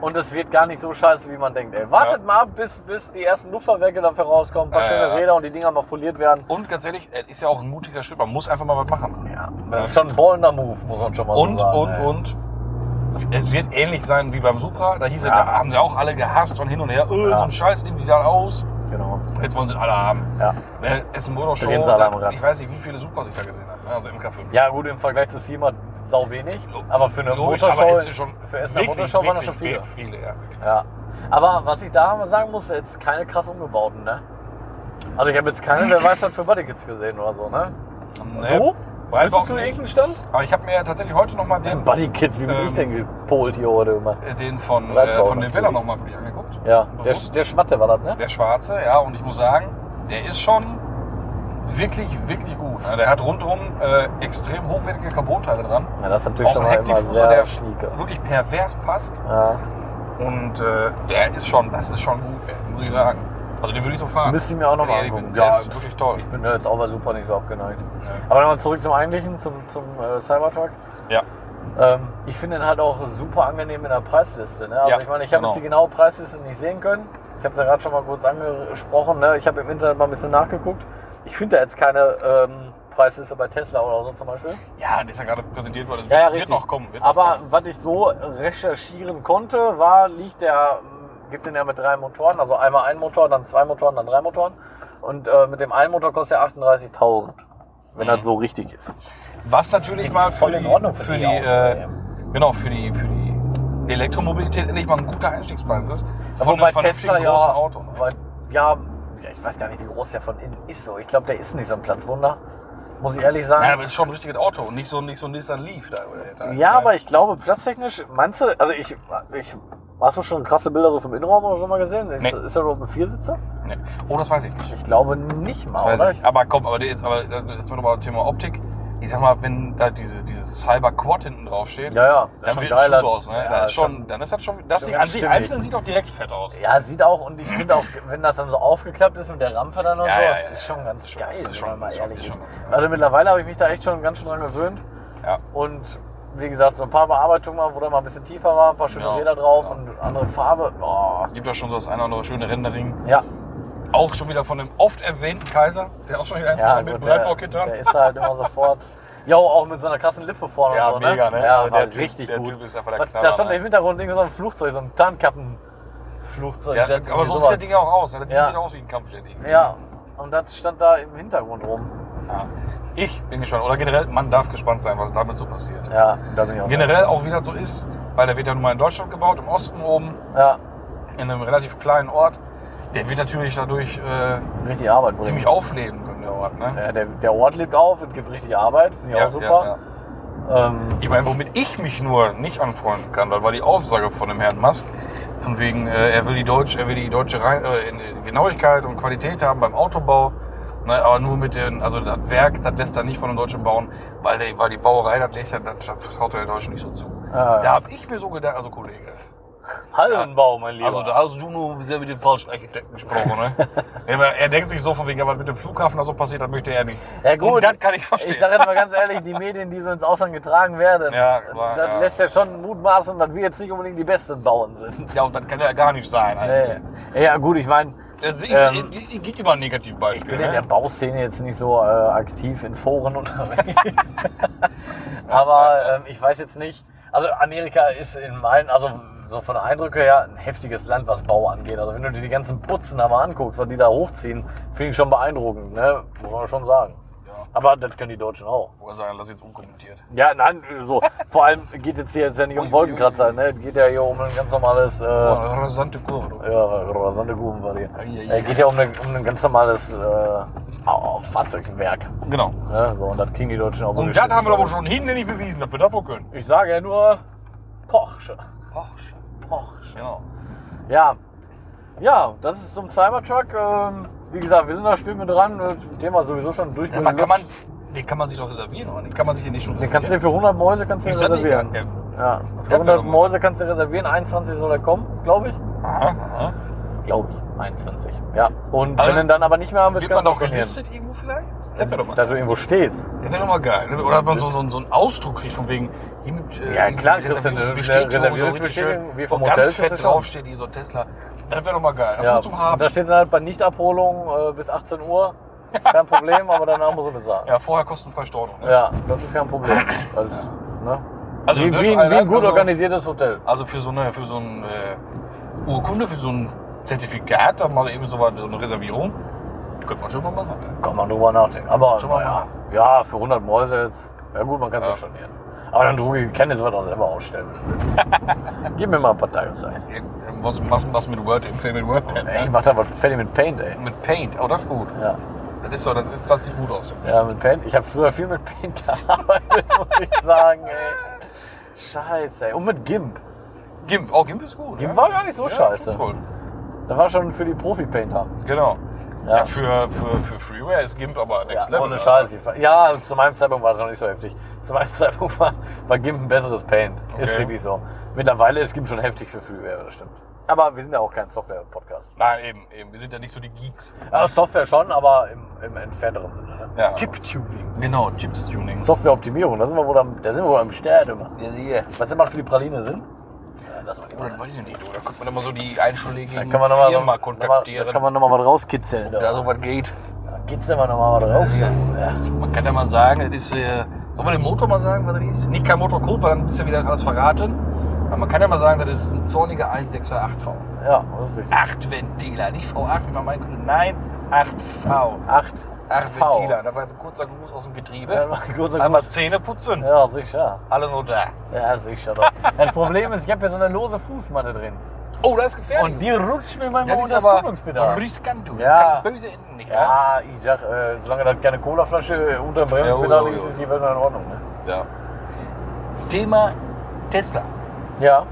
Und es wird gar nicht so scheiße, wie man denkt. Ey, wartet
Ja.
mal ab, bis, bis die ersten Luftfahrwerke dafür rauskommen, ein paar
Ja,
schöne
ja.
Räder und die Dinger mal foliert werden.
Und ganz ehrlich, es ist ja auch ein mutiger Schritt. Man muss einfach mal was machen.
Ja, das ist schon ein ballender Move, muss man schon mal
Und,
so sagen.
und,
ey.
und. Es wird ähnlich sein wie beim Supra. Da hieß es,
Ja.
da haben sie auch alle gehasst und hin und her. Öh,
Ja.
so ein Scheiß, nehmen die da aus.
Genau.
Jetzt wollen sie ihn alle haben.
Ja.
Ne, Essen wurde auch schon.
Drehsalat am Rad.
Ich weiß nicht, wie viele Supras ich da gesehen habe. ne, Also MK5.
Ja, gut, im Vergleich zu Sima sau wenig.
Lo-
Aber für eine
Logisch,
Motorschau,
aber es ist schon
für Essener
wirklich,
Motorschau waren das
wirklich
schon viele.
Viele, ja.
Ja. Aber was ich da mal sagen muss, jetzt keine krass umgebauten, ne? Also ich habe jetzt keine, wer weiß was für Bodykits gesehen oder so, ne?
Nee,
du?
weiß auch
Wüsstest du
nicht.
irgendeinen Stand?
Aber ich habe mir tatsächlich heute nochmal den,
Bodykits, wie bin
Ähm,
ich denn gepolt hier heute immer?
äh, den von, äh,
Breitbau
von dem
natürlich.
Weller nochmal wirklich angeguckt.
Ja, der,
bewusst?
der Schmatte war das, ne?
Der schwarze, ja, und ich muss sagen, der ist schon wirklich, wirklich gut. ne? Der hat rundherum äh, extrem hochwertige Carbonteile dran.
Ja, das ist natürlich
auch
schon
ein
mal immer
Heckdiffuser,
sehr
der
schnieke.
wirklich pervers passt.
Ja.
Und äh, der ist schon, das ist schon gut, ey, muss ich sagen. Also den würde ich so fahren.
Müsste ich mir auch noch mal
Nee,
angucken.
Der
Ja.
ist wirklich toll. ne?
Ich bin da jetzt auch bei Super nicht so abgeneigt.
Ja.
Aber nochmal zurück zum Eigentlichen, zum, zum äh, Cybertruck.
Ja.
Ähm, ich finde den halt auch super angenehm in der Preisliste. Ne? Also
Ja,
ich meine, ich habe
genau.
jetzt die genaue Preisliste nicht sehen können. Ich habe es ja gerade schon mal kurz angesprochen. Ne? Ich habe im Internet mal ein bisschen nachgeguckt. Ich finde da jetzt keine ähm, Preisliste bei Tesla oder so zum Beispiel.
Ja, der ist ja gerade präsentiert worden. Das
Ja, ja,
wird
richtig.
noch kommen. Wird
Aber was ich so recherchieren konnte, war, liegt der, ähm, gibt den ja mit drei Motoren, also einmal ein Motor, dann zwei Motoren, dann drei Motoren. Und äh, mit dem einen Motor kostet er 38.000, wenn
Mhm.
das so richtig ist.
Was natürlich mal für die, für die,
Autos,
äh,
ey.
genau, für die, für die Elektromobilität endlich mal ein guter Einstiegspreis ist.
Ja, Wobei Tesla ja,
großen Auto. ne?
Weil, ja, ja, ich weiß gar nicht, wie groß der von innen ist. So. Ich glaube, der ist nicht so ein Platzwunder, muss ich ehrlich sagen.
Ja, aber es ist schon ein richtiges Auto und nicht so, nicht so ein Nissan Leaf. Da, oder, da
Ja, aber ich glaube, platztechnisch, meinst du, also ich, ich, hast du schon krasse Bilder so vom Innenraum oder so mal gesehen? Ist,
Nee.
ist er überhaupt ein Viersitzer?
Nee. Oh, das weiß ich nicht.
Ich glaube nicht
Das
mal,
weiß
oder?
ich. nicht. Aber komm, aber jetzt, aber äh, jetzt mal nochmal Thema Optik. Ich sag mal, wenn da dieses, dieses Cyber Quad hinten drauf steht,
Ja, ja, das
dann
ist schon
wird ein Schuh
geiler.
draus. Ne?
Ja,
das ist
schon-
schon, dann ist das schon, das
schon
Ding
ganz
an sich
stimmig.
einzeln sieht auch direkt fett aus.
Ja, sieht auch und ich finde auch, wenn das dann so aufgeklappt ist mit der Rampe dann und
Ja,
so,
ja,
das
ja,
ist
ja.
schon ganz
Ist schon-
geil,
ist
wenn
schon-
man mal
ist schon-
ehrlich
ist
ist.
schon ganz geil.
Also mittlerweile habe ich mich da echt schon ganz schön dran gewöhnt.
Ja.
Und wie gesagt, so ein paar Bearbeitungen mal, wo da mal ein bisschen tiefer war, ein paar schöne
Ja,
Räder drauf
ja.
und andere Farbe. Oh. Boah.
Gibt da schon so das eine oder andere schöne Rendering.
Ja,
Auch schon wieder von dem oft erwähnten Kaiser, der auch schon wieder eins
ja
mal
gut,
mit
der,
Breitbaukit hat.
der ist halt immer sofort.
[laughs]
Jo, auch mit so einer krassen Lippe vorne
Ja,
und so,
mega,
ne?
ne?
Ja,
Also
war
der Typ-
richtig
der
gut.
Typ ist einfach der
Was- Da
Knaller,
stand
ne?
im Hintergrund irgendwie so ein Flugzeug, so ein Tarnkappenflugzeug.
Ja,
Jet,
aber
irgendwie
so sieht
sowas.
der Ding auch aus. ne? Der Ding
Ja.
sieht aus wie ein Kampfjet. irgendwie.
Ja, und das stand da im Hintergrund rum.
Ja. Ich bin gespannt. Oder generell, man darf gespannt sein, was damit so passiert.
Ja, da bin ich auch.
Generell auch wie das so ist, weil der wird ja nun mal in Deutschland gebaut, im Osten oben,
Ja,
in einem relativ kleinen Ort. Der wird natürlich dadurch äh,
richtig Arbeit. Bruder.
ziemlich aufleben können, der Ort. Ne?
Ja, der, der Ort lebt auf und gibt richtig Arbeit, finde ich auch super.
ja.
Ähm,
Ich meine, womit ich mich nur nicht anfreunden kann, das war die Aussage von dem Herrn Musk, von wegen, äh, er will die deutsche, er will die deutsche Rein äh, in- in Genauigkeit und Qualität haben beim Autobau. Ne, aber nur mit den, also das Werk, das lässt er nicht von den Deutschen bauen, weil, der, weil die Bauerei, das, lässt er, das vertraut er den Deutschen nicht so zu.
Ah.
Da habe ich mir so gedacht, also Kollege,
Hallenbau, mein Lieber.
also da hast du nur sehr mit den falschen Architekten gesprochen,
[laughs]
ne? Ja, aber er denkt sich so von wegen, ja, was mit dem Flughafen da so passiert, das möchte er nicht.
ja, gut,
Und das kann ich verstehen.
Ich sage jetzt mal ganz ehrlich, die Medien, die so ins Ausland getragen werden,
Ja, klar,
das
ja.
lässt ja schon mutmaßen, dass wir jetzt nicht unbedingt die besten Bauern sind.
ja, und das kann ja gar nicht sein. Also.
Nee. Ja, gut, ich meine,
Das ist,
Ähm,
ich, ich, ich immer ein
Ich
Negativbeispiel.
bin in der
ne?
Bauszene jetzt nicht so äh, aktiv in
[laughs]
Foren unterwegs. Aber ähm, ich weiß jetzt nicht. Also Amerika ist in meinen, also so von der Eindrücke her, ein heftiges Land, was Bau angeht. Also wenn du dir die ganzen Putzen da mal anguckst, was die da hochziehen, finde ich schon beeindruckend, ne? Muss man schon sagen.
Ja.
Aber das können die Deutschen auch.
Ich wollte sagen, lass jetzt unkommentiert.
Ja, nein, so. Vor allem geht jetzt hier jetzt ja nicht um
Ui,
Wolkenkratzer, ne? Es geht ja hier um ein ganz normales. Äh,
Oh, rasante Kurve. du.
ja, rasante Gruben war die.
Ei, ei,
Äh, geht ja um, eine, um ein ganz normales äh, Au- Fahrzeugwerk.
Genau.
Ne? So, und das kriegen die Deutschen auch
Und das
geschissen.
haben wir aber schon hinlänglich bewiesen, dass wir das wohl können.
Ich sage ja nur Porsche.
Porsche.
Porsche.
Genau.
Ja. Ja, das ist zum Cybertruck. Ähm, wie gesagt, wir sind da still mit dran. Äh, Thema sowieso schon
Aber
durchgelutscht.
kann man, den kann man sich doch reservieren, oder? Den kann man sich hier nicht schon
Den kannst du dir für 100 Mäuse kannst du
Ich
dir
sag nicht,
reservieren.
ja.
Ja, für
Ja,
100
aber-
Mäuse kannst du dir reservieren. 21 soll er kommen, glaube ich.
Aha, aha.
Glaube ich. 21. Ja. Und
Also,
wenn du ihn dann aber nicht mehr haben willst,
Wird man
kannst du
doch
stornieren.
gelistet irgendwo vielleicht? Das wäre doch mal,
Dass du irgendwo stehst.
das wär doch mal geil. ne? Oder dass man so, so, so einen Ausdruck kriegt von wegen, hier mit, äh,
Ja, klar,
mit
kriegst du eine- eine
Reservierungsbestätigung, so richtig
Reservierungsbestätigung,
schön,
wie vom
wo
Hotel
ganz
kriegst du
fett
schon.
draufsteht, hier so ein Tesla. Das wäre doch mal geil. Das
Ja,
ja. zum Haben.
und da steht dann halt bei Nichtabholung äh, bis 18 Uhr. Kein Problem, aber danach muss er bezahlen.
ja, vorher kostenfrei Stornung.
Ja.
Ne?
das ist kein Problem. Das ist, ne?
Also,
wie,
ne,
wie, wie
allein-
ein gut
also-
organisiertes Hotel.
Also für so eine, für so ein äh, Urkunde, für so ein Zertifikat, da mal eben so, was- so eine Reservierung, könnte man schon mal machen. ne?
Kann man drüber nachdenken. Aber
Schon mal
naja, ja, für 100 Mäuse jetzt. Ja gut, man kann es
Ja.
ja. schon nehmen. Aber dann drucke ich Kenntnis, was er selber
[laughs]
ausstellen. Gib mir mal ein paar Teilzeit.
Irgendwas was, was mit Word, im Film mit Wordpad.
Ey, ich
Ne?
mach da was fertig mit Paint, ey.
Mit Paint, oh das ist gut.
Ja.
Das ist doch, das ist, das sieht gut aus.
Ja, mit Paint. Ich habe früher viel mit Paint [laughs] gearbeitet, muss ich sagen, ey. Scheiße, ey. Und mit GIMP.
Gimp, oh Gimp ist gut.
Gimp war gar nicht so scheiße.
ist gut.
Das war schon für die Profi-Painter.
Genau.
Ja.
Ja. für, für, für Freeware ist Gimp aber next
ja,
level.
ohne Scheiß. Ja, zu meinem Zeitpunkt war das noch nicht so heftig. Zu meinem [laughs] Zeitpunkt war, war GIMP ein besseres Paint. Ist
Okay.
wirklich so. Mittlerweile ist GIMP schon heftig für Freeware, das stimmt. Aber wir sind ja auch kein Software-Podcast.
Nein, eben, eben. Wir sind ja nicht so die Geeks.
Ja, Software schon, aber im, im entfernteren Sinne. Ne?
Ja.
Chip-Tuning.
Genau, Chips-Tuning.
Software-Optimierung, da sind wir wohl am, da sind wir wohl am Stern immer.
Ja, ja.
Was immer für die Praline sind? Ja, lass mal die
Oder
mal.
weiß ich nicht, oder? Da könnte man immer so die einschlägigen
Dann kann man nochmal
Firma
Noch mal, da
kontaktieren.
kann man noch mal was rauskitzeln. Da,
da so was geht.
kitzeln wir nochmal was raus.
Ja.
Ja.
Man kann ja mal sagen, das ist. Äh, soll man den Motor mal sagen, was das ist? Nicht kein Motorcode, weil dann ist ja wieder alles verraten. Aber man kann ja mal sagen, das ist ein zorniger 168 V.
ja, das ist richtig.
8 Ventiler, nicht V8, wie man meinen könnte. Nein, 8 V.
8.
8
V.
Ventiler. Da war jetzt ein kurzer Gruß aus dem
Ja,
Getriebe.
mach einen kurzen
Einmal
Gruß.
Zähne putzen.
Ja, sicher.
Alle nur da.
Ja, sicher doch. Das Problem ist, ich habe hier so eine lose Fußmatte drin.
Oh, das ist gefährlich.
Und die rutscht mir manchmal
das ist
unter das
aber
Kupplungspedal.
riskant. du.
Ja.
Das kann böse enden, nicht wahr?
Ja, ich sag, äh, solange da keine Colaflasche unter dem Bremspedal
Ja, jo,
ist,
jo,
ist
jo.
die Welt noch in Ordnung. Ne?
ja. Thema Tesla.
Ja,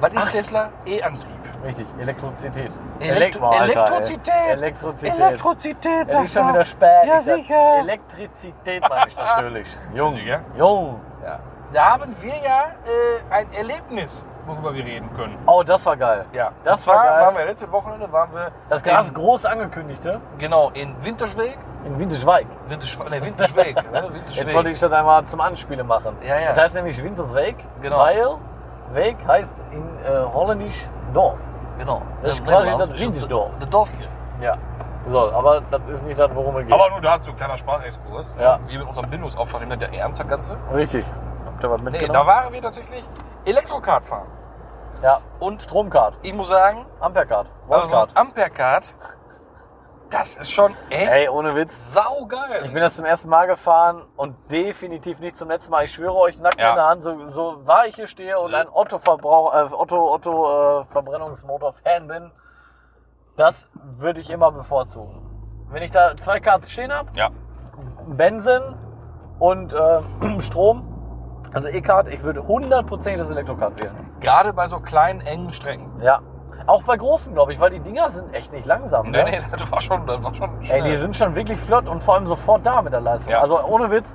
Was ist Tesla? E-Antrieb.
richtig. Elektrizität.
Elektro-
Elektro- Alter, ey.
Elektrizität.
Elektrizität.
Elektrizität,
Es ist schon wieder spät. Ich sag, Elektrizität meine
[laughs]
ich natürlich. Jung.
Sicher?
Jung.
Ja. Da haben wir ja äh, ein Erlebnis, worüber wir reden können.
Oh, das war geil.
Ja,
Das
Und
war
zwar
geil.
Waren wir letzte Wochenende waren wir
Das ganz
in,
groß angekündigte
genau in Winterschweg.
in Winterschweig.
Winterschweg, ne,
[laughs]
Winterschweg, ne, Winterschweg.
Jetzt wollte ich das einmal zum Anspielen machen.
Ja, ja.
Das heißt nämlich Wintersweg,
Genau.
weil Weg heißt in äh, Holländisch Dorf.
genau.
Das ist
Ja,
quasi
Bremerhaven,
das
schon
Wintersdorf.
Das Dorf hier.
Ja. So, aber das ist nicht das, worum es geht.
Aber nur dazu, kleiner Sprachexkurs.
Ja.
Wir mit unserem Bildungsauftrag nehmen das ja ernst, das Ganze.
Richtig. Habt ihr was
Nee,
mitgenommen?
da waren wir tatsächlich Elektrokart fahren.
ja.
Und
Stromkart,
ich muss sagen,
Amperkart,
also
Voltcard.
ein Amperkart, das ist schon echt
Ey, ohne Witz.
saugeil.
Ich bin das zum ersten Mal gefahren und definitiv nicht zum letzten Mal. Ich schwöre euch, nackt
Ja.
in der Hand, so, so wahr ich hier stehe und ein Otto-Verbrauch, äh, Otto, Otto äh, Verbrennungsmotor-Fan bin, das würde ich immer bevorzugen. Wenn ich da zwei Karten stehen habe,
Ja.
Benzen und äh, [clears throat] Strom, also E-Card, ich würde hundertprozentig das Elektrokart wählen.
Gerade bei so kleinen, engen Strecken.
Ja. Auch bei großen, glaube ich, weil die Dinger sind echt nicht langsam.
Nee,
ne?
nee, das war schon, das war schon
Ey,
schnell.
die sind schon wirklich flott und vor allem sofort da mit der Leistung.
Ja.
Also ohne Witz.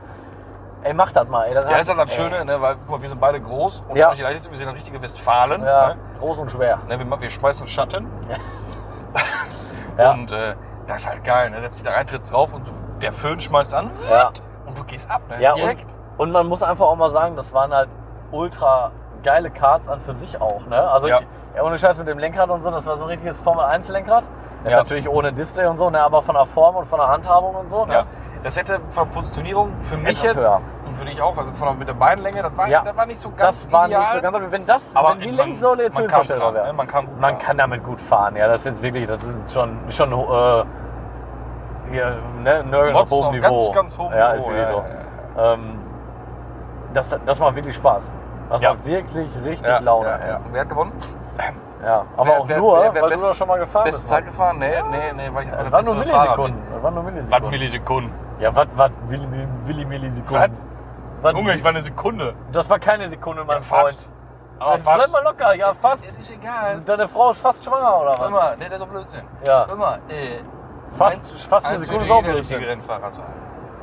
Ey, mach das mal. Ey, das
ja, ist ja das
ey.
Schöne, ne, weil guck mal, wir sind beide groß und
Ja.
ja. wir sind dann richtige Westfalen.
Ja,
Ne?
groß und schwer.
Ne, wir, ma- wir schmeißen Schatten
Ja.
und äh, das ist halt geil. Ne? Setzt dich da rein, trittst drauf und du, der Föhn schmeißt an
Ja.
und du gehst ab. Ne?
Ja,
Direkt.
Und man muss einfach auch mal sagen, das waren halt ultra geile Karts an für sich auch. Ne? Also
Ja.
ich, ja, ohne Scheiß mit dem Lenkrad und so, das war so ein richtiges Formel 1 Lenkrad. Jetzt
Ja.
natürlich ohne Display und so, ne, aber von der Form und von der Handhabung und so. Ne?
Ja. Das hätte von Positionierung für mich
Etwas
jetzt
höher.
und für dich auch, also von der, mit der Beinlänge, das war,
Ja.
das war nicht so ganz
Das war
ideal.
nicht so ganz, aber wenn das,
aber
wenn die
man-
Längssäule jetzt
man kam
höhenverstellbar
dran, ne?
wäre.
Man kam gut
Man
dran.
kann damit gut fahren, ja, das ist jetzt wirklich, das ist schon, schon äh, hier, ne, Nörgeln auf
Motzen
hohem
auf
Niveau.
ganz, ganz hohem
ja, ist
Niveau, ja,
wirklich so.
ja, ja.
Ähm, das, das macht wirklich Spaß. Das
Ja.
macht wirklich richtig
Ja,
Laune.
Ja, ja. Und wer hat gewonnen?
Ja, aber
Wer-
auch
wer-
nur,
wer- wer
weil
best-
du da schon mal gefahren
Beste
bist.
Zeit gefahren? Nee, nee, nee, weil ich
Das
einfach
waren nur
bessere Fahrer
Millisekunden. Das waren nur
bin. Was
Millisekunden.
Millisekunden?
Ja, was, was, Willi, Willi Millisekunden? Was?
Junge, ich war eine Sekunde.
Das war keine Sekunde, mein
Ja, fast.
Freund.
Aber
Jetzt Bleib
fast.
mal locker, ja, fast.
Es ist egal.
Deine Frau ist fast schwanger, oder was?
Immer, nee, das ist doch Blödsinn.
Ja,
Immer, äh,
fast, fast eine
eins
Sekunde
würde jeder
sauber.
richtige Rennfahrer sein.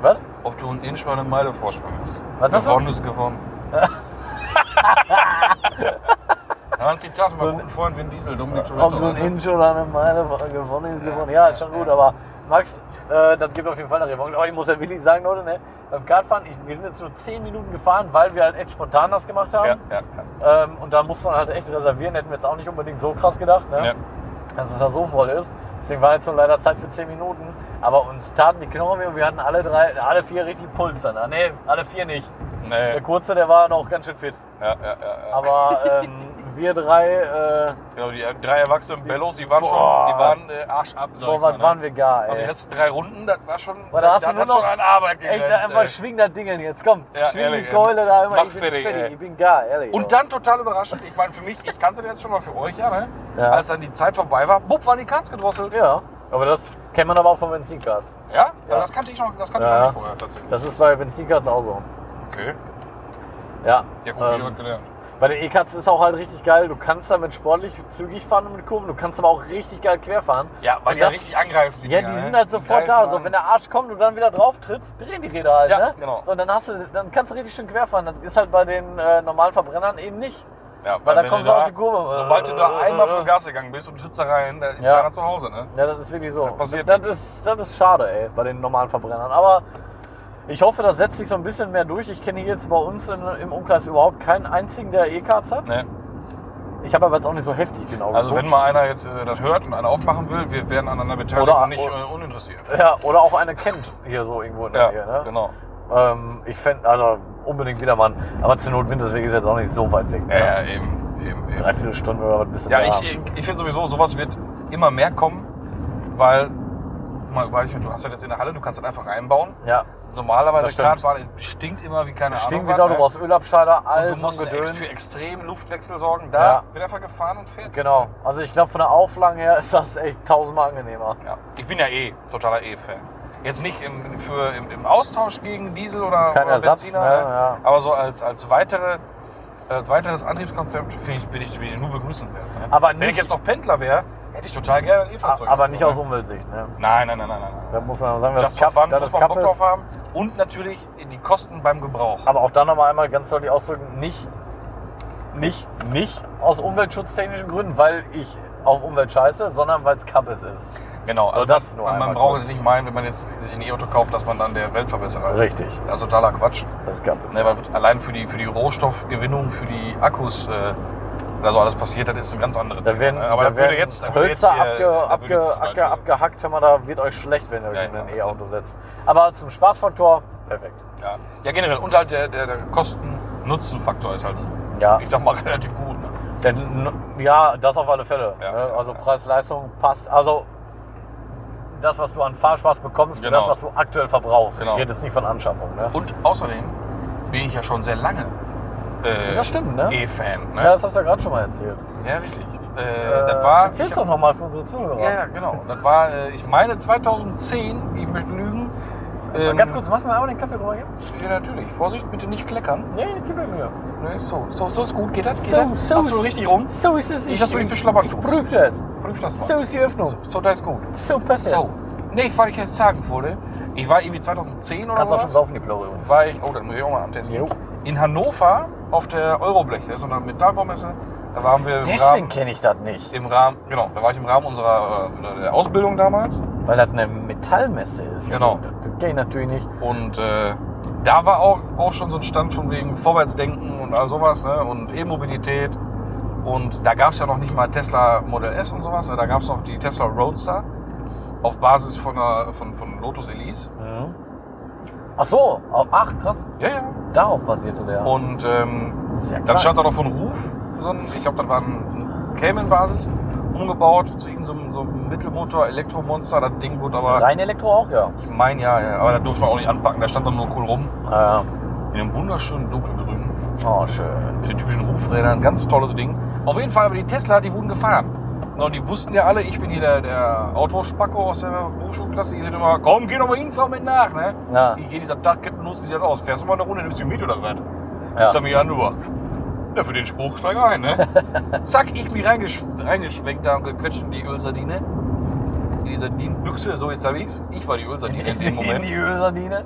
Was?
Ob du ein Inch oder eine Meile Vorsprung hast.
Was hast du?
gewonnen ist
[laughs]
gewonnen. Da waren Zitate von meinem guten Freund Vin Diesel, Dominik
Ob du
Toretto.
ein
Also.
Inch oder eine Meile gewonnen ist, gewonnen. Ja, ist schon gut, aber Max, äh, das gibt auf jeden Fall eine Revanche. Aber ich muss ja wirklich sagen, Leute, ne, beim Kartfahren, ich, wir sind jetzt nur 10 Minuten gefahren, weil wir halt echt spontan das gemacht
Ja,
haben.
ja,
Ähm, und da muss man halt echt reservieren, hätten wir jetzt auch nicht unbedingt so krass gedacht, ne?
ja.
dass es da so voll ist. Deswegen war jetzt so leider Zeit für 10 Minuten. Aber uns taten die Knochen weh und wir hatten alle drei, alle vier richtig Puls dann. Ah, Ne, alle vier nicht.
Nee,
Der kurze, der war noch ganz schön fit.
ja, ja, ja. ja.
Aber ähm, wir drei, äh,
Genau, die drei erwachsenen Bellos, die waren
Boah.
schon, die waren äh, Arsch ab. sag
boah,
ich
was
mal, ne?
waren wir gar,
Also die
ey.
letzten drei Runden, das war schon,
Boah, da hast
das
du nur
hat
noch-
schon an Arbeit
Ey,
gegrenzt.
da einfach
ey.
schwing das Ding jetzt, komm.
Ja,
schwing
ehrlich,
die
ey.
Keule da immer.
Mach
ich bin
fertig, ey.
Ich bin gar, ehrlich.
Und dann total überraschend, ich meine für mich, ich kannte das jetzt schon mal für euch ja, ne?
Ja.
Als dann die Zeit vorbei war, bupp, waren die Karts gedrosselt.
Ja, aber das kennt man aber auch von Benzincards.
Ja?
Ja.
ja? Das kannte ich noch, das kannte
Ja.
ich noch nicht vorher tatsächlich.
Das ist bei Benzincards auch so.
okay.
Ja.
Ja, gut, ähm,
ähm,
jemand gelernt.
Bei den E-Cuts ist auch halt richtig geil. Du kannst damit sportlich zügig fahren und mit Kurven. Du kannst aber auch richtig geil quer fahren.
Ja, weil die
das-
ja richtig angreifen.
Ja,
Dinger,
die
ne?
sind halt sofort da.
greifen
So,
an.
wenn der Arsch kommt und du dann wieder drauf trittst, drehen die Räder halt.
Ja,
ne?
genau.
So, und dann, hast du, dann kannst du richtig schön quer fahren. Das ist halt bei den äh, normalen Verbrennern eben nicht.
ja,
Weil dann
wenn
kommst du
da-
aus der Kurve.
Sobald du da
[laughs]
einmal für Gas gegangen bist und trittst da rein, da ist
Ja.
keiner zu Hause, ne?
Ja, das ist wirklich so.
Da passiert
das,
nichts.
ist, das ist schade, ey, bei den normalen Verbrennern. Aber ich hoffe, das setzt sich so ein bisschen mehr durch. Ich kenne hier jetzt bei uns in, im Umkreis überhaupt keinen einzigen, der E-Cards hat.
Ne?
Ich habe aber jetzt auch nicht so heftig genau
Also
geguckt.
wenn mal einer jetzt äh, das hört und einen aufmachen will, wir werden aneinander beteiligt
Oder-
und nicht
oder-
äh, uninteressiert.
Ja, oder auch eine kennt hier so irgendwo in der
Ja,
Nähe. Ne?
genau.
Ähm, ich fände, also unbedingt wieder mal. einen- Aber zur Not Wintersweg ist jetzt auch nicht so weit weg.
Ja, ja,
Ne?
eben. eben, eben.
Dreiviertel Stunde oder was bist du
Ja,
da?
ich, ich, ich finde sowieso, sowas wird immer mehr kommen, weil, mal überleg, du hast das jetzt in der Halle, du kannst das einfach reinbauen.
ja, Das
Normalerweise
stimmt.
Kartbahn stinkt immer wie keine
stinkt wie
Ahnung.
Sau,
was,
du
ne?
brauchst Ölabscheider,
und
alles
du musst
und
ex
Gedöns.
für extremen Luftwechsel sorgen. Da
Ja.
wird einfach gefahren und fährt.
Genau, also ich glaube von der Auflage her ist das echt tausendmal angenehmer.
Ja. Ich bin ja eh totaler E-Fan. Jetzt nicht im, für, im, im Austausch gegen Diesel oder,
Kein
oder
Ersatz,
Benziner,
ne?
ne?
Ja.
aber so als, als, weitere, als weiteres Antriebskonzept finde ich, bin ich, bin ich nur begrüßenswert. Ne?
Aber
Wenn ich
nicht-
jetzt noch Pendler wäre, hätte ich total gerne ein E-Fahrzeug.
Aber nicht aus
ne?
Umweltsicht. Ne?
Nein, nein, nein, nein, nein.
Da muss man sagen, dass
Just for
Cup,
fun,
da
muss
das
man
Cup
Bock drauf
ist.
haben. Und natürlich die Kosten beim Gebrauch.
Aber auch da nochmal einmal ganz deutlich ausdrücken, nicht, nicht, nicht aus umweltschutztechnischen Gründen, weil ich auf Umwelt scheiße, sondern weil es Kappes ist.
Genau,
So,
also
das nur
man,
einmal
man braucht
kurz.
es nicht meinen, wenn man jetzt sich ein E-Auto kauft, dass man dann der Weltverbesserer ist.
Richtig.
Das ist totaler Quatsch.
Das ist Kappes.
Ne, weil allein für die, für die Rohstoffgewinnung, für die Akkus, äh, da so alles passiert, das ist ein ganz anderes
da werden,
Thema, ne? Aber
da
das
werden
würde jetzt, da würde jetzt
Hölzer
hier- da
abge,
würde
abge,
jetzt zu weit
abge,
führen.
abgehackt, hör mal, da wird euch schlecht, wenn ihr
Ja,
euch in ein
ja.
E-Auto setzt. Aber zum Spaßfaktor, perfekt.
ja. ja, generell. Und halt der, der, der Kosten-Nutzen-Faktor ist halt,
Ja,
ich sag mal, [laughs] relativ gut. Ne?
Denn, ja, das auf alle Fälle.
Ja,
ne?
ja,
Also
ja.
Preis-Leistung passt. Also das, was du an Fahrspaß bekommst, für
Genau.
das, was du aktuell verbrauchst.
Genau.
Ich rede jetzt nicht von Anschaffung. Ne?
Und außerdem bin ich ja schon sehr lange äh,
das stimmt, ne?
E-Fan. Ne?
Ja, das hast du ja gerade schon mal erzählt.
Ja, richtig. Äh, das war.
Erzähl's
ich-
doch nochmal für unsere Zuhörer.
Ja, ja, genau. Das war, äh, ich meine, 2010, ich möchte lügen. ähm,
Ganz kurz, machst du mir einmal den Kaffee rüber hier?
Ja, natürlich. Vorsicht, bitte nicht kleckern.
Nee, gib mir Mühe.
Ne? So, so, so ist gut. Geht das? Geht
So,
das?
so
Hast du
ist-
richtig rum?
So ist es.
Nicht, dass du dich beschlappern
Ich
tust.
prüf das.
Prüf das mal.
So ist die
so,
Öffnung.
so da ist gut.
So passt das.
So. Nee, ich, was ich jetzt sagen wollte, ich war irgendwie 2010 oder
Kannst auch
sowas,
schon saufen, die Blöre übrigens.
war ich, oh, das muss ich auch mal antesten.
Jo.
In Hannover auf der Euroblech, das ist so eine Metallbaumesse, da waren wir im
Deswegen
Rahmen,
kenne ich das nicht,
im Rahmen, genau, da war ich im Rahmen unserer äh, der Ausbildung damals.
weil das eine Metallmesse ist.
Genau.
Das kenne ich natürlich nicht.
Und äh, da war auch, auch schon so ein Stand von wegen Vorwärtsdenken und all sowas, ne? Und E-Mobilität. Und da gab es ja noch nicht mal Tesla Model S und sowas, ne? da gab es noch die Tesla Roadster. auf Basis von, einer, von, von Lotus Elise.
Mhm. Ach so, au- ach krass,
Ja, ja.
darauf basierte der.
Und ähm,
Ist ja
Oh, dann
krank.
stand da noch von Ruf, so ein, ich glaube, das war ein Cayman-Basis, umgebaut zu irgendeinem so, einem- so einem Mittelmotor, Elektromonster. Das Ding wurde aber,
Rein Elektro auch, ja.
ich meine ja, ja, aber da durfte man auch nicht anpacken, da stand dann nur cool rum.
Ja.
In einem wunderschönen dunkelgrün,
Oh, schön.
mit den typischen Rufrädern, ganz tolles Ding. Auf jeden Fall, aber die Tesla, die wurden gefahren. Na, Und die wussten ja alle, ich bin hier der, der Autospacko aus der Hochschulklasse, die sind immer, komm, geh doch mal hinfahren mit nach, ne?
Ja,
Ich gehe dieser Dachketten los, wie sieht das aus? Fährst du mal eine Runde, nimmst du mit oder was?
ja.
Dann mich an drüber. Ja, für den Spruch steig ein, ne?
[laughs]
Zack, ich mich reingesch reingeschwenkt da und gequetscht in die Ölsardine. In die Sardinenbüchse, so jetzt hab ich's. Ich war die Ölsardine in
[laughs]
dem
In
Moment.
die Ölsardine.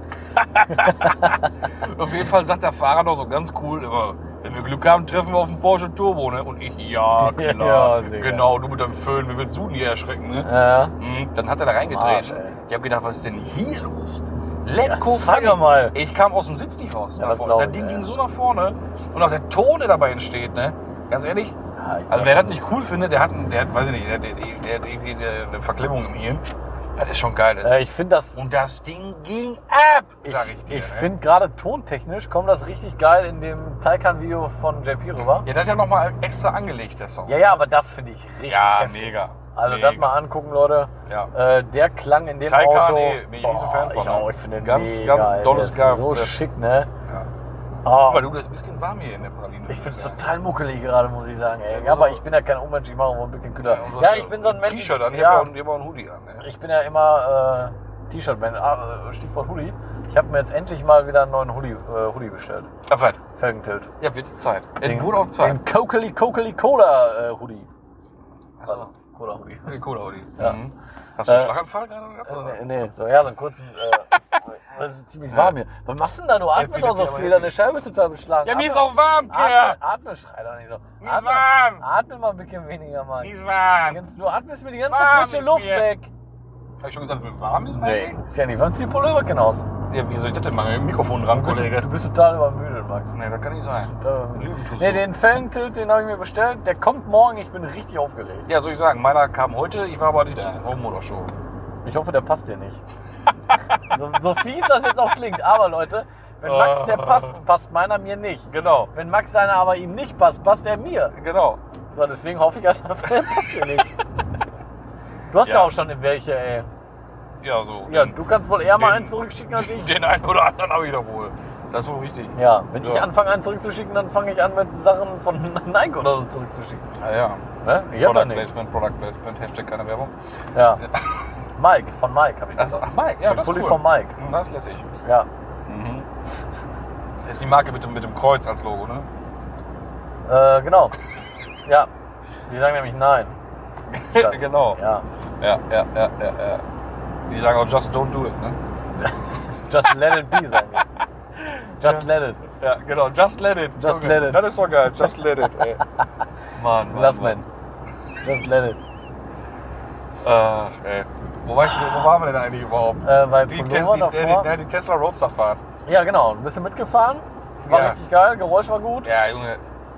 Auf jeden Fall sagt der Fahrer noch so ganz cool immer, wenn wir Glück haben, treffen wir auf den Porsche Turbo, ne? Und ich, ja, klar.
[laughs] Ja, Digga.
genau, du mit deinem Föhn, wie willst du denn hier erschrecken, ne?
Ja.
Mhm, Dann hat er da
Arsch,
reingetreten.
ey.
Ich habe gedacht, was ist denn hier los?
Ja,
Lecko,
sag
Fanny.
doch mal.
Ich kam aus dem Sitz nicht raus.
Ja,
nach
das
vorne.
glaub
das
ich,
Ding
ja.
ging so nach vorne. Und auch der Ton, der dabei entsteht, ne? Ganz ehrlich,
Ja, ich
also
bin
wer das nicht cool findet, der hat, einen- der hat weiß ich nicht, der, hat- der, der hat irgendwie eine eine Verklemmung im Hirn. Das ist schon geil. Das.
Äh, ich finde das.
Und das Ding ging ab, sag ich, dir.
ich
ne?
finde gerade tontechnisch kommt das richtig geil in dem Taycan-Video von JP rüber.
Ja, das ist ja nochmal extra angelegt, der Song.
Ja, ja, aber das finde ich richtig
Ja,
heftig.
mega.
Also
mega.
das mal angucken, Leute.
Ja.
Äh, der Klang in dem
Taycan,
Auto.
ey, bin ich ein Riesenfan von,
Ich
ne?
auch, ich finde den
Ganz,
mega,
ganz
ey,
dolles
der ist So
Geheimnis.
schick, ne?
Ja.
Oh,
Aber du, das bisschen warm hier in der Praline.
ich finde es
Ja.
total muckelig gerade, muss ich sagen. Ey.
Ja,
Ja, aber
so-
ich bin ja kein Unmensch, ich mache immer ein bisschen kühler.
Ja, und du hast
Ja, ich bin so ein Mensch.
T-Shirt an, ich
ja,
habe ja auch einen Hoodie an. Ne?
ich bin ja immer äh, T-Shirt-Mensch. Ah, äh, Stichwort Hoodie. Ich habe mir jetzt endlich mal wieder einen neuen Hoodie, äh, Hoodie bestellt.
Ach, warte.
Felgentilt.
Ja, wird Zeit.
Den-
Es wurde auch Zeit.
Den Kokeli Kokeli Cola äh, Hoodie.
Ach so.
Cola Hoodie. [laughs]
Ein cooler Audi.
Ja.
Mhm. Hast du einen
Äh,
Schlaganfall gerade gehabt? Oder?
Äh, nee, nee, so, ja, so einen kurzen. Äh, [laughs] äh, ziemlich warm hier. Was machst du denn da? Du atmest
Ja,
auch so
Peter,
viel,
Peter,
deine Scheibe ist total beschlagen.
Ja, mir ist
Atme-
auch warm, Kerl.
Atme, atme, schrei doch nicht so.
Mir ist
Atme,
warm.
atme mal ein bisschen weniger, Mann.
Mir ist warm.
Jetzt- Du atmest mir die ganze
Warm
frische
ist
Luft
mir.
weg.
Hab ich schon gesagt, mir warm ist
Nee,
eigentlich?
ist ja nicht. Wann zieh Pulloverken genau aus?
Ja, wie soll ich das denn machen? Mit dem Mikrofon dran,
Du bist, du
Kollege.
bist total übermüdet, Max.
Nee, das kann nicht sein.
Total übermüdet.
Lügen tust
Nee,
du.
den Fellentilt, den habe ich mir bestellt. Der kommt morgen. Ich bin richtig aufgeregt.
Ja, soll ich sagen, meiner kam heute, ich war aber nicht da. Home Motorshow.
Ich hoffe, der passt
[laughs]
dir nicht. so, so fies das jetzt auch klingt. Aber Leute, wenn Max der passt, passt meiner mir nicht.
Oh. Genau,
Wenn Max seiner aber ihm nicht passt, passt er mir.
genau.
So, deswegen hoffe ich, dass er passt mir nicht.
[laughs]
Du hast ja.
Ja.
auch schon welche, ey.
Ja, so.
Ja, du kannst wohl eher mal
Den-
einen zurückschicken als ich.
Den einen oder anderen habe ich doch wohl. Das ist wohl richtig.
Ja, wenn ich
Ja.
anfange, einen zurückzuschicken, dann fange ich an, mit Sachen von [laughs] Nike oder so zurückzuschicken.
Ah ja.
Ne? Ich hab da
Product
nichts.
Placement, Product Placement, Hashtag keine Werbung.
Ja. Mike, von Mike habe ich
Also, ach, Mike, ja,
Den
das ist
Pulli
cool.
von Mike.
Mhm, Das ist lässig.
Ja.
Mhm. Das Mhm. ist die Marke mit dem, mit dem Kreuz als Logo, ne?
Äh, genau. Ja. Die sagen nämlich nein. Statt-
[laughs] genau.
Ja.
Ja, ja, ja, ja, ja. Die sagen auch just don't do it, ne?
Just let it be, sagen die. Just let it.
Ja, genau, just let it.
Just let it.
Das ist doch geil, just let it,
[laughs]
ey. Mann, Mann,
Lass man. Just let it.
Ach, ey. Wo, war ich, wo waren wir denn eigentlich überhaupt?
Äh, weil
Die, Tes
Pullover
die, die,
davor.
die, die Tesla Roadster-Fahrt.
Ja, genau. Ein bisschen mitgefahren. War
Ja.
richtig geil. Geräusch war gut.
Ja, Junge.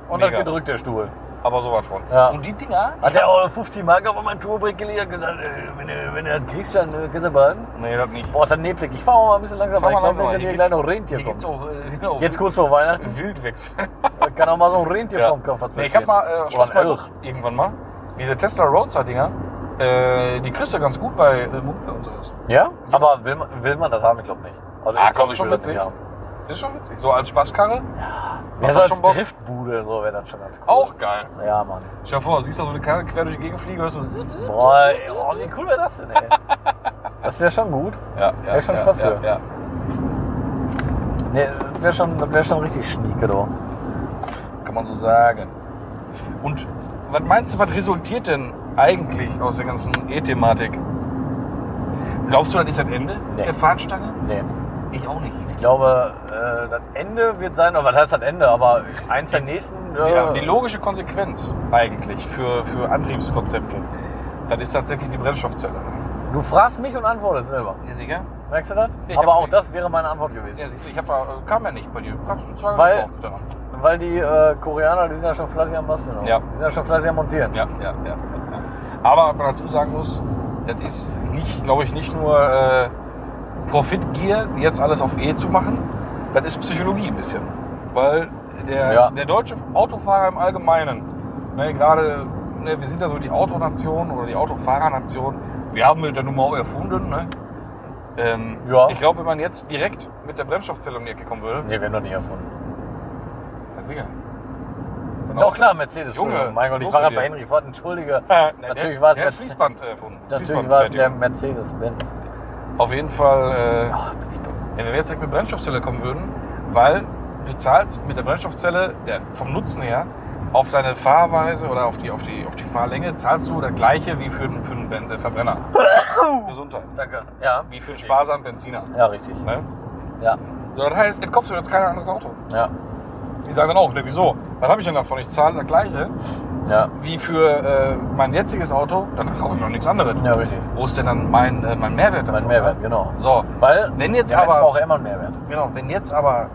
Und
mega.
dann gedrückt der Stuhl.
Aber sowas von.
Ja.
Und die Dinger?
Hat er auch 50 Mark auf mein Tourbreak gelegt und gesagt, äh, wenn du wenn du das kriegst, dann äh, kannst du baden.
Nee, das nicht.
Boah, ist das neblig. Ich fahre mal ein bisschen langsam,
Fahr
weil ich
mal
glaube, hier
langsam.
hier
Hier
gleich noch
geht's-
Rentier kommen.
auch, äh, [laughs] genau,
Jetzt kurz
[laughs]
vor Weihnachten
Wildwechsel.
kann auch mal so ein Rentier
Ja.
vom Koffer
Nee, ich hab mal äh, Spaß
Oder ein
gemacht, irgendwann mal. Diese Tesla Roadster-Dinger, äh, die kriegst du ganz gut bei äh, Mobile und sowas.
Ja? Aber will man, will man das haben? Ich glaube nicht. Also
Ah,
ich
komm,
glaube, ich
schon
will das
witzig.
nicht haben.
Ist schon witzig. So als Spaßkarre,
Ja,
Macht
so
das
als
schon Bock?
Driftbude, so wäre das schon ganz cool.
auch geil.
Ja, Mann.
Stell dir vor, siehst da so eine Karre quer durch die Gegend fliegen, hörst du so-
Boah, ey, oh, wie cool wäre das
[laughs]
denn, ey? Das wäre schon gut.
Ja,
Wär schon Spaß
ja,
für.
ja.
Nee, das wäre schon, das wär schon richtig schnieke, du.
Kann man so sagen. Und was meinst du, was resultiert denn eigentlich aus der ganzen E-Thematik? Glaubst du, das ist das Ende
Nee.
der Fahnenstange?
Nee.
Ich auch nicht.
Ich glaube, äh, das Ende wird sein, oder was heißt das Ende? Aber eins der nächsten.
Ja,
Äh,
die logische Konsequenz eigentlich für, für Antriebskonzepte, das ist tatsächlich die Brennstoffzelle.
du fragst mich und antwortest selber.
Ja, sicher?
Merkst du das?
Ich
Aber
hab
auch
nicht-
das wäre meine Antwort gewesen.
Ja, siehst du, ich hab, ja- kam ja nicht bei dir. Kamst du zwei
Weil-
gebraucht danach.
Weil die äh, Koreaner, die sind ja schon fleißig am Basteln. auch.
Ja.
Die sind ja schon fleißig am Montieren.
Ja, ja, ja. ja. Aber was man dazu sagen muss, Das ist, nicht, glaube ich, nicht nur äh, Profitgier, jetzt alles auf E zu machen. Das ist Psychologie ein bisschen. Weil der,
Ja.
der deutsche Autofahrer im Allgemeinen, ne, gerade, ne, wir sind ja so die Autonation oder die Autofahrernation. Wir haben mit der Nummer auch erfunden. Ne? Ähm,
Ja.
Ich glaube, wenn man jetzt direkt mit der Brennstoffzelle um die Ecke kommen würde,
Nee, wir haben doch nicht erfunden.
ja, sicher. Dann
Doch
auch-
klar, Mercedes.
Junge,
Entschuldigung. mein
was
Gott,
ist
ich
los
war
mit
gerade bei
dir?
Henry Ford. Entschuldige.
Ja, na,
Natürlich
der-
war es
der hat
Merce-
Fließband äh, erfunden.
Natürlich
Fließband-
war es der
Fertigung.
Mercedes-Benz.
Auf jeden Fall,
Ach, bin ich dumm.
äh, wenn wir jetzt direkt mit Brennstoffzelle kommen würden, weil du zahlst mit der Brennstoffzelle, der, vom Nutzen her, auf deine Fahrweise oder auf die, auf die, auf die Fahrlänge zahlst du das gleiche wie für den, für den Ben- äh, Verbrenner.
[coughs]
Gesundheit.
Danke. Ja.
Wie für den sparsamen Benziner.
Ja, richtig.
Ne?
Ja.
So, das heißt, im Kopf du jetzt kein anderes Auto.
Ja.
Die sagen dann auch, ne, wieso? Was habe ich denn davon? Ich zahle das gleiche
Ja.
wie für äh, mein jetziges Auto, dann kaufe ich mir noch nichts anderes.
Ja, richtig.
Wo ist denn dann mein, äh, mein Mehrwert davon?
Mein Mehrwert, genau.
So,
Weil
Wenn jetzt
der Mensch
aber-
braucht immer einen Mehrwert.
Genau, wenn jetzt aber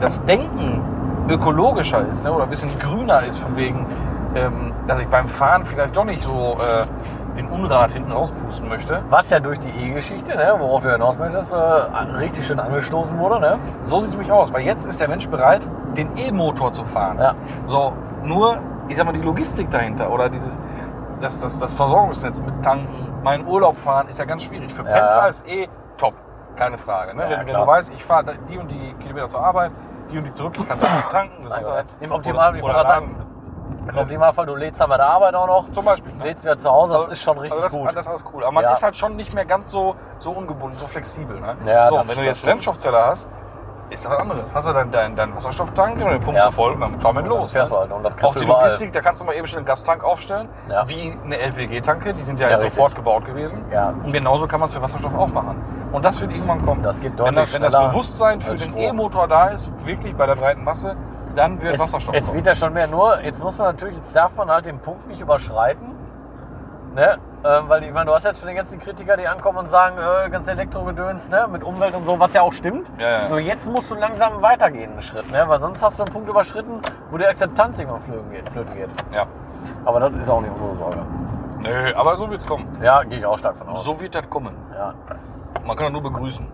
das Denken ökologischer ist ne, oder ein bisschen grüner ist, von wegen, ähm, dass ich beim Fahren vielleicht doch nicht so äh, den Unrat hinten rauspusten möchte,
Was ja durch die E-Geschichte, ne, worauf du hinaus möchtest, äh, richtig schön angestoßen wurde, ne?
so sieht es mich aus. Weil jetzt ist der Mensch bereit, den E-Motor zu fahren.
Ja.
So, nur, ich sag mal, die Logistik dahinter oder dieses, das, das, das Versorgungsnetz mit Tanken, meinen Urlaub fahren, ist ja ganz schwierig. Für
Ja.
Pendler ist eh top, keine Frage. Ne?
Ja,
wenn, wenn
klar.
du weißt, ich fahre die und die Kilometer zur Arbeit, die und die zurück, ich kann da tanken.
Mein
Gesundheit.
Gott. Im Optimal-
oder, oder laden.
Im Optimalfall, du lädst dann bei der Arbeit auch noch,
Zum Beispiel. ne?
lädst wieder zu Hause, das
Also-
ist schon
also
richtig
das,
gut.
Das ist alles cool. Aber man
Ja.
ist halt schon nicht mehr ganz so, so ungebunden, so flexibel. Ne?
Ja,
so,
das-
und wenn du
das
jetzt
stimmt.
Brennstoffzelle hast, ist das was anderes. Hast du dann deinen dein Wasserstofftank und den pumpst
Mhm. Ja.
du voll und dann fahren wir
Und dann
los.
fährst
ne?
du halt und das kriegst
Auch
du
die
überall.
Logistik, da kannst du mal eben schnell einen Gastank aufstellen,
Ja.
wie eine LPG-Tanke, die sind ja,
Ja, richtig.
sofort gebaut gewesen.
Ja.
Und genauso kann man es für Wasserstoff auch machen. Und das wird irgendwann kommen.
Das geht
wenn,
deutlich
das, wenn das
schneller
Bewusstsein für
als
den
Strom.
E-Motor da ist, wirklich bei der breiten Masse, dann wird Wasserstoff
es
kommen.
wird ja schon mehr. Nur, jetzt muss man natürlich, jetzt darf man halt den Punkt nicht überschreiten. Ne? Ähm, weil ich meine, du hast jetzt schon die ganzen Kritiker, die ankommen und sagen, äh, ganz Elektrogedöns, ne? mit Umwelt und so, was ja auch stimmt.
Ja, ja.
Nur jetzt musst du langsam weitergehen, einen Schritt, ne? weil sonst hast du einen Punkt überschritten, wo die Akzeptanz irgendwann flöten geht. Flöten geht.
Ja.
Aber das ist auch nicht unsere Sorge.
Nö, aber so wird es kommen.
Ja, gehe ich auch stark von aus.
So wird das kommen.
Ja.
Man kann das nur begrüßen.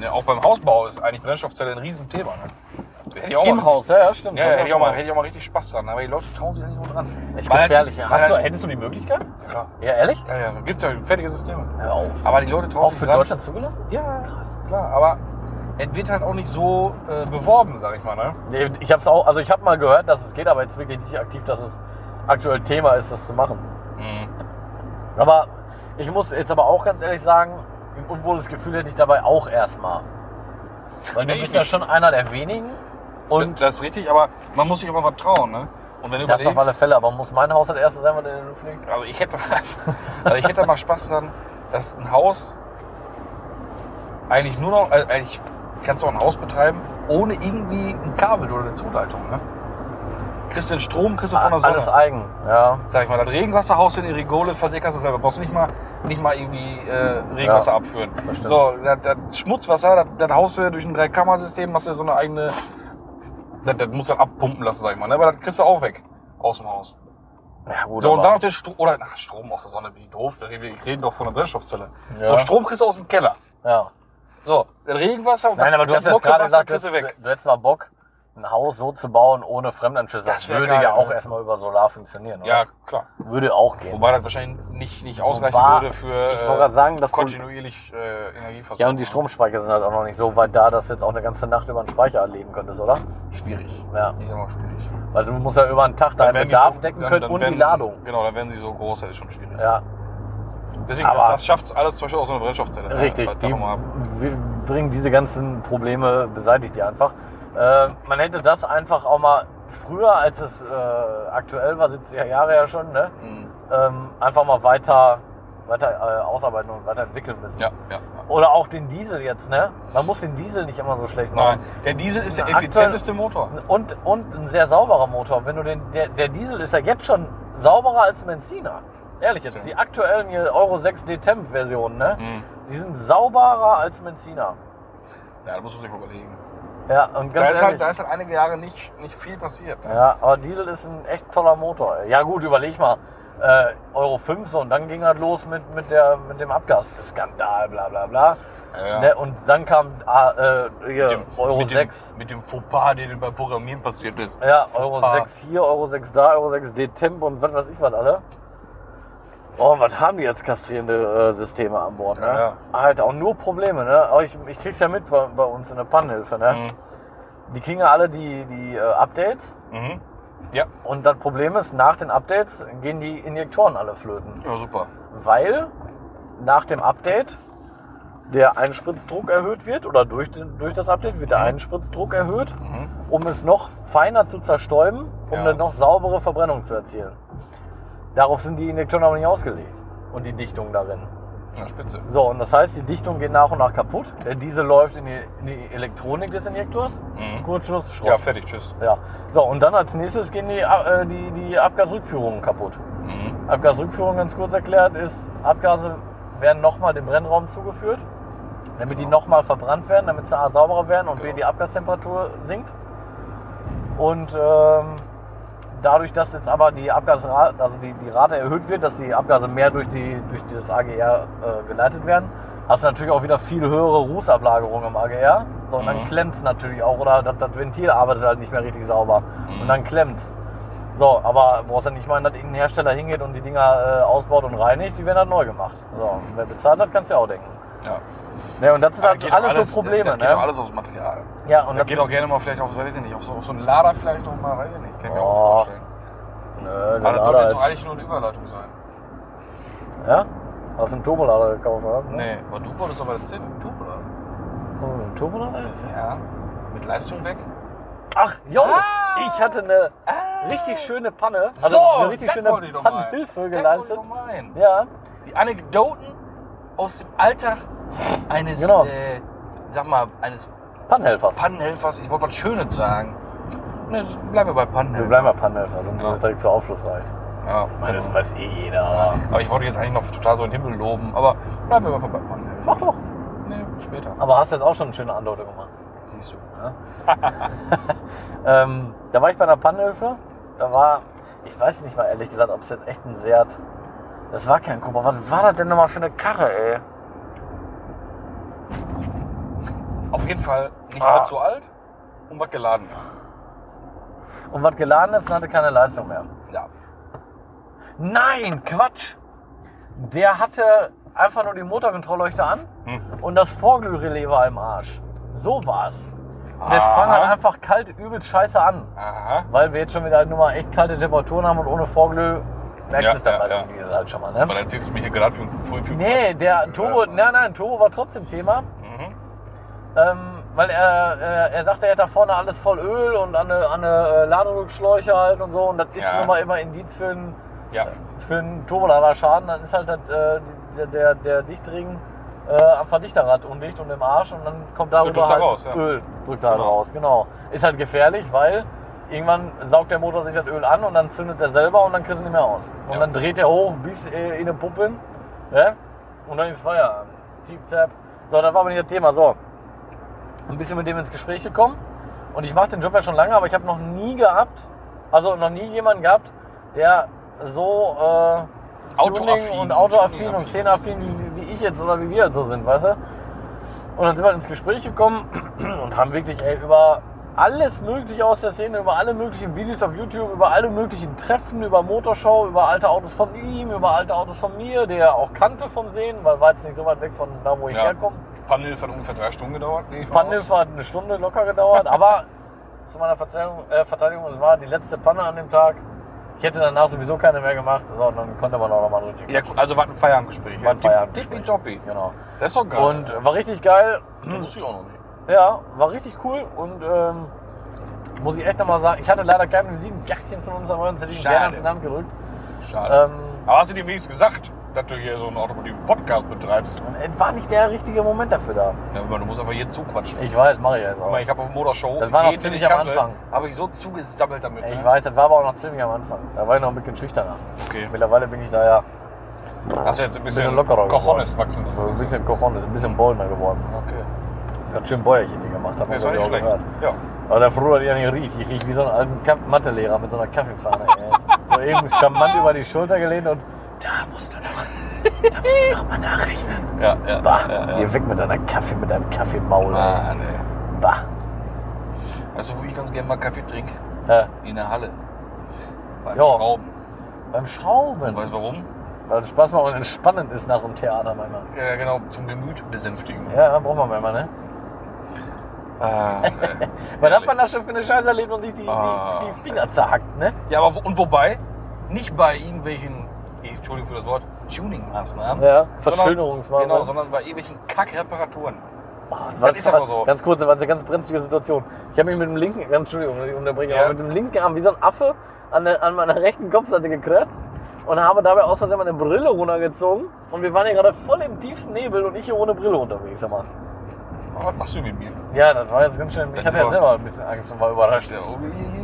Ja, auch beim Hausbau ist eigentlich Brennstoffzelle ein Riesenthema. Ne? Hätte ich auch
Im
mal,
Haus, ja, ja, stimmt.
Ja,
Kommt
hätte ich, auch
schon
mal, hätte ich auch mal richtig Spaß dran. Aber die Leute trauen sich da nicht so dran.
Ist
Weil das
gefährlich. ja.
ist-
Hast du,
weil-
hättest du die Möglichkeit?
Ja, klar.
Ja, ehrlich?
Ja, ja, gibt es ja fertige Systeme.
Hör auf.
Aber die Leute trauen
Auch
sich
für
dran.
Deutschland zugelassen?
Ja, krass. Klar, aber es wird halt auch nicht so äh, beworben, sag ich mal. Ne?
Nee, ich hab's auch, also ich habe mal gehört, dass es geht, aber jetzt wirklich nicht aktiv, dass es aktuell Thema ist, das zu machen. Mhm. Aber ich muss jetzt aber auch ganz ehrlich sagen, ein unwohles Gefühl hätte ich dabei auch erstmal. Weil
Nee,
du
ich
bist ja
nicht.
schon einer der wenigen
Und
und
das ist richtig, aber man muss sich auch mal was trauen. Ne? Und wenn du
das auf
überlegst,
alle Fälle. Aber muss mein Haus das erste sein, was in den fliegt?
also ich hätte, also ich hätte mal [laughs] Spaß dran, dass ein Haus eigentlich nur noch, also eigentlich kannst du auch ein Haus betreiben, ohne irgendwie ein Kabel oder eine Zuleitung. Ne? Kriegst den Strom, kriegst du von der Sonne.
Ah, Alles eigen, ja.
Sag ich mal, das Regenwasser haust du in die Rigole, versickerst du selber. Brauchst nicht mal, nicht mal irgendwie äh, Regenwasser
Ja,
abführen.
das stimmt.
So, das, das Schmutzwasser, das, das haust du durch ein Dreikammersystem, machst dir so eine eigene. Das, das musst du dann abpumpen lassen, sag ich mal. ne? Aber das kriegst du auch weg aus dem Haus.
Ja, gut.
So, und
aber-
dann noch den Strom. Oder ach, Strom aus der Sonne, wie doof. Wir reden- wir reden doch von der Brennstoffzelle.
Ja.
So, Strom kriegst du aus dem Keller.
ja.
So, das Regenwasser.
Nein, aber du
das
hast jetzt gerade
Muckelwasser
gesagt, du,
kriegst du weg.
du hättest mal Bock, ein Haus so zu bauen ohne Fremdanschlüsse. Das,
Das wär
würde
geil,
ja auch
ne?
erstmal über Solar funktionieren, oder?
Ja, klar.
Würde auch gehen.
Wobei das wahrscheinlich nicht, nicht ausreichen
Wobei,
würde für äh,
ich wollte gerade sagen, das Problem-
kontinuierlich äh, Energieversorgung.
Ja, und die Stromspeicher sind halt auch noch nicht so weit da, dass du jetzt auch eine ganze Nacht über einen Speicher erleben könntest, oder?
Schwierig.
Ja.
Ich sag mal schwierig.
Weil du musst ja über einen Tag deinen
werden die
Bedarf
so-
decken
dann-
können
dann
und
werden-
die Ladung.
Genau, dann werden sie so groß, das ist schon schwierig.
Ja,
Deswegen,
aber-
das, das schafft alles zum Beispiel auch so eine Brennstoffzelle. ne?
richtig.
Das-
Die
davon mal ab.
wir bringen diese ganzen Probleme, beseitigt die einfach. Äh, man hätte das einfach auch mal früher, als es äh, aktuell war, 70er Jahre ja schon, ne?
Mhm.
ähm, einfach mal weiter, weiter äh, ausarbeiten und weiterentwickeln müssen.
Ja, ja.
Oder auch den Diesel jetzt, ne? Man muss den Diesel nicht immer so schlecht
Nein,
machen.
der Diesel ist der
Aktuell-
effizienteste Motor.
Und, und ein sehr sauberer Motor. Wenn du den, der, der Diesel ist ja jetzt schon sauberer als ein Benziner. Ehrlich jetzt, die aktuellen hier Euro 6 D-Temp-Versionen, ne?
Mhm.
Die sind sauberer als Benziner.
Ja, da muss man sich mal überlegen.
Ja, und
Da
ganz
ist,
ehrlich.
halt, da ist halt einige Jahre nicht, nicht viel passiert. ne?
ja, aber Diesel ist ein echt toller Motor. ey. Ja gut, überleg mal. äh, Euro 5 so und dann ging halt los mit, mit, der, mit dem Abgasskandal, bla bla bla.
Ja.
Ne, und dann kam ah, äh, hier,
Mit dem-
Euro
mit
6.
Dem, mit dem Fauxpas, der bei Programmieren passiert ist.
Ja, Euro
Ah.
6 hier, Euro 6 da, Euro 6 D-Temp und was weiß ich was alle. Oh, was haben die jetzt kastrierende äh, Systeme an Bord, ne?
Ja, ja.
Halt auch nur Probleme, ne? Aber ich, ich krieg's ja mit bei, bei uns in der Pannenhilfe, ne? Die kriegen ja alle die, die äh, Updates
Mhm.
und das Problem ist, nach den Updates gehen die Injektoren alle flöten.
Ja, super.
Weil nach dem Update der Einspritzdruck erhöht wird oder durch, den, durch das Update wird der Einspritzdruck erhöht
Mhm.
um es noch feiner zu zerstäuben, um
Ja.
eine noch saubere Verbrennung zu erzielen. Darauf sind die Injektoren aber nicht ausgelegt und die Dichtung darin.
Ja, spitze.
So, und das heißt, die Dichtung geht nach und nach kaputt. Der Diesel läuft in die, in die Elektronik des Injektors.
Mhm.
Kurzschluss, Schrott.
Ja, fertig, tschüss.
Ja. So, und dann als nächstes gehen die, äh, die, die Abgasrückführungen kaputt.
Mhm.
Abgasrückführung, ganz kurz erklärt, ist, Abgase werden nochmal dem Brennraum zugeführt, damit die nochmal verbrannt werden, damit sie A sauberer werden und B
Genau.
die Abgastemperatur sinkt. Und ähm, dadurch, dass jetzt aber die Abgasrate, also die, die Rate erhöht wird, dass die Abgase mehr durch, die, durch das AGR äh, geleitet werden, hast du natürlich auch wieder viel höhere Rußablagerung im AGR. So, und dann
Mhm.
klemmt's natürlich auch, oder das, das Ventil arbeitet halt nicht mehr richtig sauber. Und
Mhm.
dann klemmt's. So, aber brauchst ja nicht meinen, dass irgendein Hersteller hingeht und die Dinger äh, ausbaut und reinigt, die werden halt neu gemacht. So, und wer bezahlt hat, kannst du ja auch denken.
Ja.
Ne, und das sind
Da
halt
geht
alles,
doch
so Probleme,
da, da
ne?
Geht doch alles aufs Material.
ja, und
Und da
das
geht
sind-
auch gerne mal vielleicht auf, weiß ich nicht, auf so, auf so einen Lader vielleicht auch mal, weiß ich nicht, kann ich mir
Oh,
auch vorstellen.
Nö, der
Aber das sollte
Lader
jetzt
ist,
doch eigentlich nur eine Überleitung sein.
ja? Hast du einen Turbolader gekauft, oder?
Nee, aber du wolltest aber das 10 mit dem Turbolader.
Oh, ein Turbolader ist?
Ja. Mit Leistung weg?
Ach, jo!
Ah!
ich hatte eine
Ah,
richtig schöne Panne, also
so,
eine richtig
das
schöne
wollte ich doch mal.
Pannenhilfe
Das wollte ich
geleistet.
doch mal ein.
Ja,
Die Anekdoten aus dem Alltag eines,
Genau.
äh, sag mal, eines
Pannenhelfers.
Pannenhelfers. Ich wollte was Schönes sagen. Ne, bleiben wir bei
Wir
Pannenhelfer.
bleiben bei Pannenhelfer, sonst
Ja.
ist es direkt zu aufschlussreich.
Ja,
Das
genau.
weiß eh jeder, aber.
aber ich wollte jetzt eigentlich noch total so in den Himmel loben, aber bleiben wir einfach bei Pannenhelfer.
Mach doch!
Nee, später.
Aber hast jetzt auch schon eine schöne Andeutung gemacht.
Siehst du.
Ähm, da war ich bei einer Pannhilfe. Da war, ich weiß nicht mal ehrlich gesagt, ob es jetzt echt ein Seat. Das war kein Cobra. Was war das denn nochmal für eine Karre, ey?
Auf jeden Fall nicht
Ah.
allzu alt und was geladen ist.
Und was geladen ist, und hatte keine Leistung mehr.
Ja.
Nein, Quatsch! Der hatte einfach nur die Motorkontrollleuchte an
Hm.
und das Vorglührelais war im Arsch. So war's. Und der
Aha.
sprang halt einfach kalt übel scheiße an.
Aha.
Weil wir jetzt schon wieder halt nur mal echt kalte Temperaturen haben und ohne Vorglüh merkst
Ja,
du es dann
ja,
halt
ja.
im Diesel halt schon mal, ne?
Weil erzählst du mir hier gerade für für- für-
Nee, der Turbo,
Ja.
nein, nein, Turbo war trotzdem Thema,
Mhm.
ähm, weil er, äh, er sagte, er hat da vorne alles voll Öl und an eine, an eine äh, Ladedruckschläuche halt und so und das ist
Ja.
nun mal immer Indiz für einen,
Ja.
für einen Turboladerschaden, dann ist halt das, äh, die- der, der, der Dichtring äh, am Verdichterrad undicht und im Arsch und dann kommt
Und drückt
darüber
da
halt
raus, ja.
Öl, drückt da halt
Genau.
raus, genau. Ist halt gefährlich, weil irgendwann saugt der Motor sich das Öl an und dann zündet er selber und dann kriegst du ihn nicht mehr aus. Und
Ja.
dann dreht er hoch bis äh, in eine Puppen ne? und dann ist Feierabend. Tip tap. So, das war aber nicht das Thema. So, ein bisschen mit dem ins Gespräch gekommen und ich mache den Job ja schon lange, aber ich habe noch nie gehabt, also noch nie jemanden gehabt, der so äh,
Autoaffin.
Tuning und autoaffin und
Tuningaffin
szeneaffin wie, wie ich jetzt oder wie wir jetzt so sind, weißt du? Und dann sind wir halt ins Gespräch gekommen [clears throat] und haben wirklich ey, über alles Mögliche aus der Szene, über alle möglichen Videos auf YouTube, über alle möglichen Treffen, über Motorshow, über alte Autos von ihm, über alte Autos von mir, der auch kannte vom Sehen, weil war jetzt nicht so weit weg von da, wo ich
Ja.
herkomme.
Pannenhilfe hat ungefähr drei Stunden gedauert. Nee, ich war
Pannhilfe hat eine Stunde locker
[laughs]
gedauert, aber zu meiner Verzeihung, äh, Verteidigung, es war die letzte Panne an dem Tag. Ich hätte danach sowieso keine mehr gemacht, so, und dann konnte man auch nochmal
raus.
richtig.
Ja, gut, also war ein Feierabendgespräch.
War ein Feierabendgespräch.
Tippitoppi.
Genau.
Das ist doch geil.
Und hm. äh, war richtig geil.
das wusste ich auch noch nicht.
Ja, war richtig cool und ähm, muss ich echt nochmal sagen, ich hatte leider kein Visitenkärtchen von uns, aber uns hätte ich ihn
Schade.
gerne ins Hand gedrückt.
Schade.
Ähm,
Aber hast du dir wenigstens gesagt, dass du hier so einen automotiven Podcast betreibst?
es war nicht der richtige Moment dafür da.
Ja, aber du musst einfach hier zuquatschen.
Ich weiß, mache ich jetzt
Guck mal,
auch.
ich habe auf Motorshow.
Das war noch
jeden, den ich
ziemlich am
kannte,
Anfang.
Habe ich so zugesammelt damit.
Ich
ne?
weiß, das war aber auch noch ziemlich am Anfang. Da war ich noch ein bisschen schüchterner.
Okay.
Mittlerweile bin ich da ja
Hast du jetzt ein bisschen,
bisschen lockerer
Cojones wachsen lassen.
so ein bisschen Kochon, ein bisschen bolner geworden.
Okay.
Ganz schön Bäuerchen die gemacht haben.
Nee, ist auch nicht schlecht. Ja.
Aber der Bruder hat ja nicht riecht. Ich rieche wie so ein alten Ka- Mathelehrer mit so einer Kaffeefahne. ey. So eben charmant über die Schulter gelehnt und da musst du noch, da musst du noch mal nachrechnen.
Ja, ja,
Bah,
ja, ja.
geh weg mit deiner Kaffee, mit deinem Kaffeemaul. ey.
Ah, nee.
Bah.
Weißt du, wo ich ganz gerne mal Kaffee trinke?
Äh,
In der Halle. Beim
Ja.
Schrauben.
beim Schrauben.
Weißt du warum?
Weil es Spaß macht und entspannend ist nach so einem Theater manchmal.
Ja, genau, zum Gemüt besänftigen.
Ja, braucht man manchmal, ne?
[laughs] Ah, nee.
Was hat man da schon für eine Scheiße erlebt und sich die,
Ah.
die, die Finger zerhackt, ne?
ja, aber wo, und wobei? Nicht bei irgendwelchen, eh, Entschuldigung für das Wort, Tuning-Maßnahmen.
Ja, also-
Genau,
Verschönerungsmaßnahmen.
sondern bei irgendwelchen Kackreparaturen.
Oh, das war,
Das ist aber so.
Ganz kurz, das war eine ganz brenzlige Situation. Ich habe mich mit dem linken, ganz Entschuldigung, wenn ich unterbreche,
Ja.
aber mit dem linken Arm wie so ein Affe an, der, an meiner rechten Kopfseite gekratzt und habe dabei aus Versehen meine Brille runtergezogen und wir waren hier gerade voll im tiefsten Nebel und ich hier ohne Brille unterwegs. Sag mal.
Aber was machst du mit mir?
Ja, das war jetzt ganz schön. Ich
Das
hatte ja
war-
selber ein bisschen Angst und war überrascht.
Ja, oh,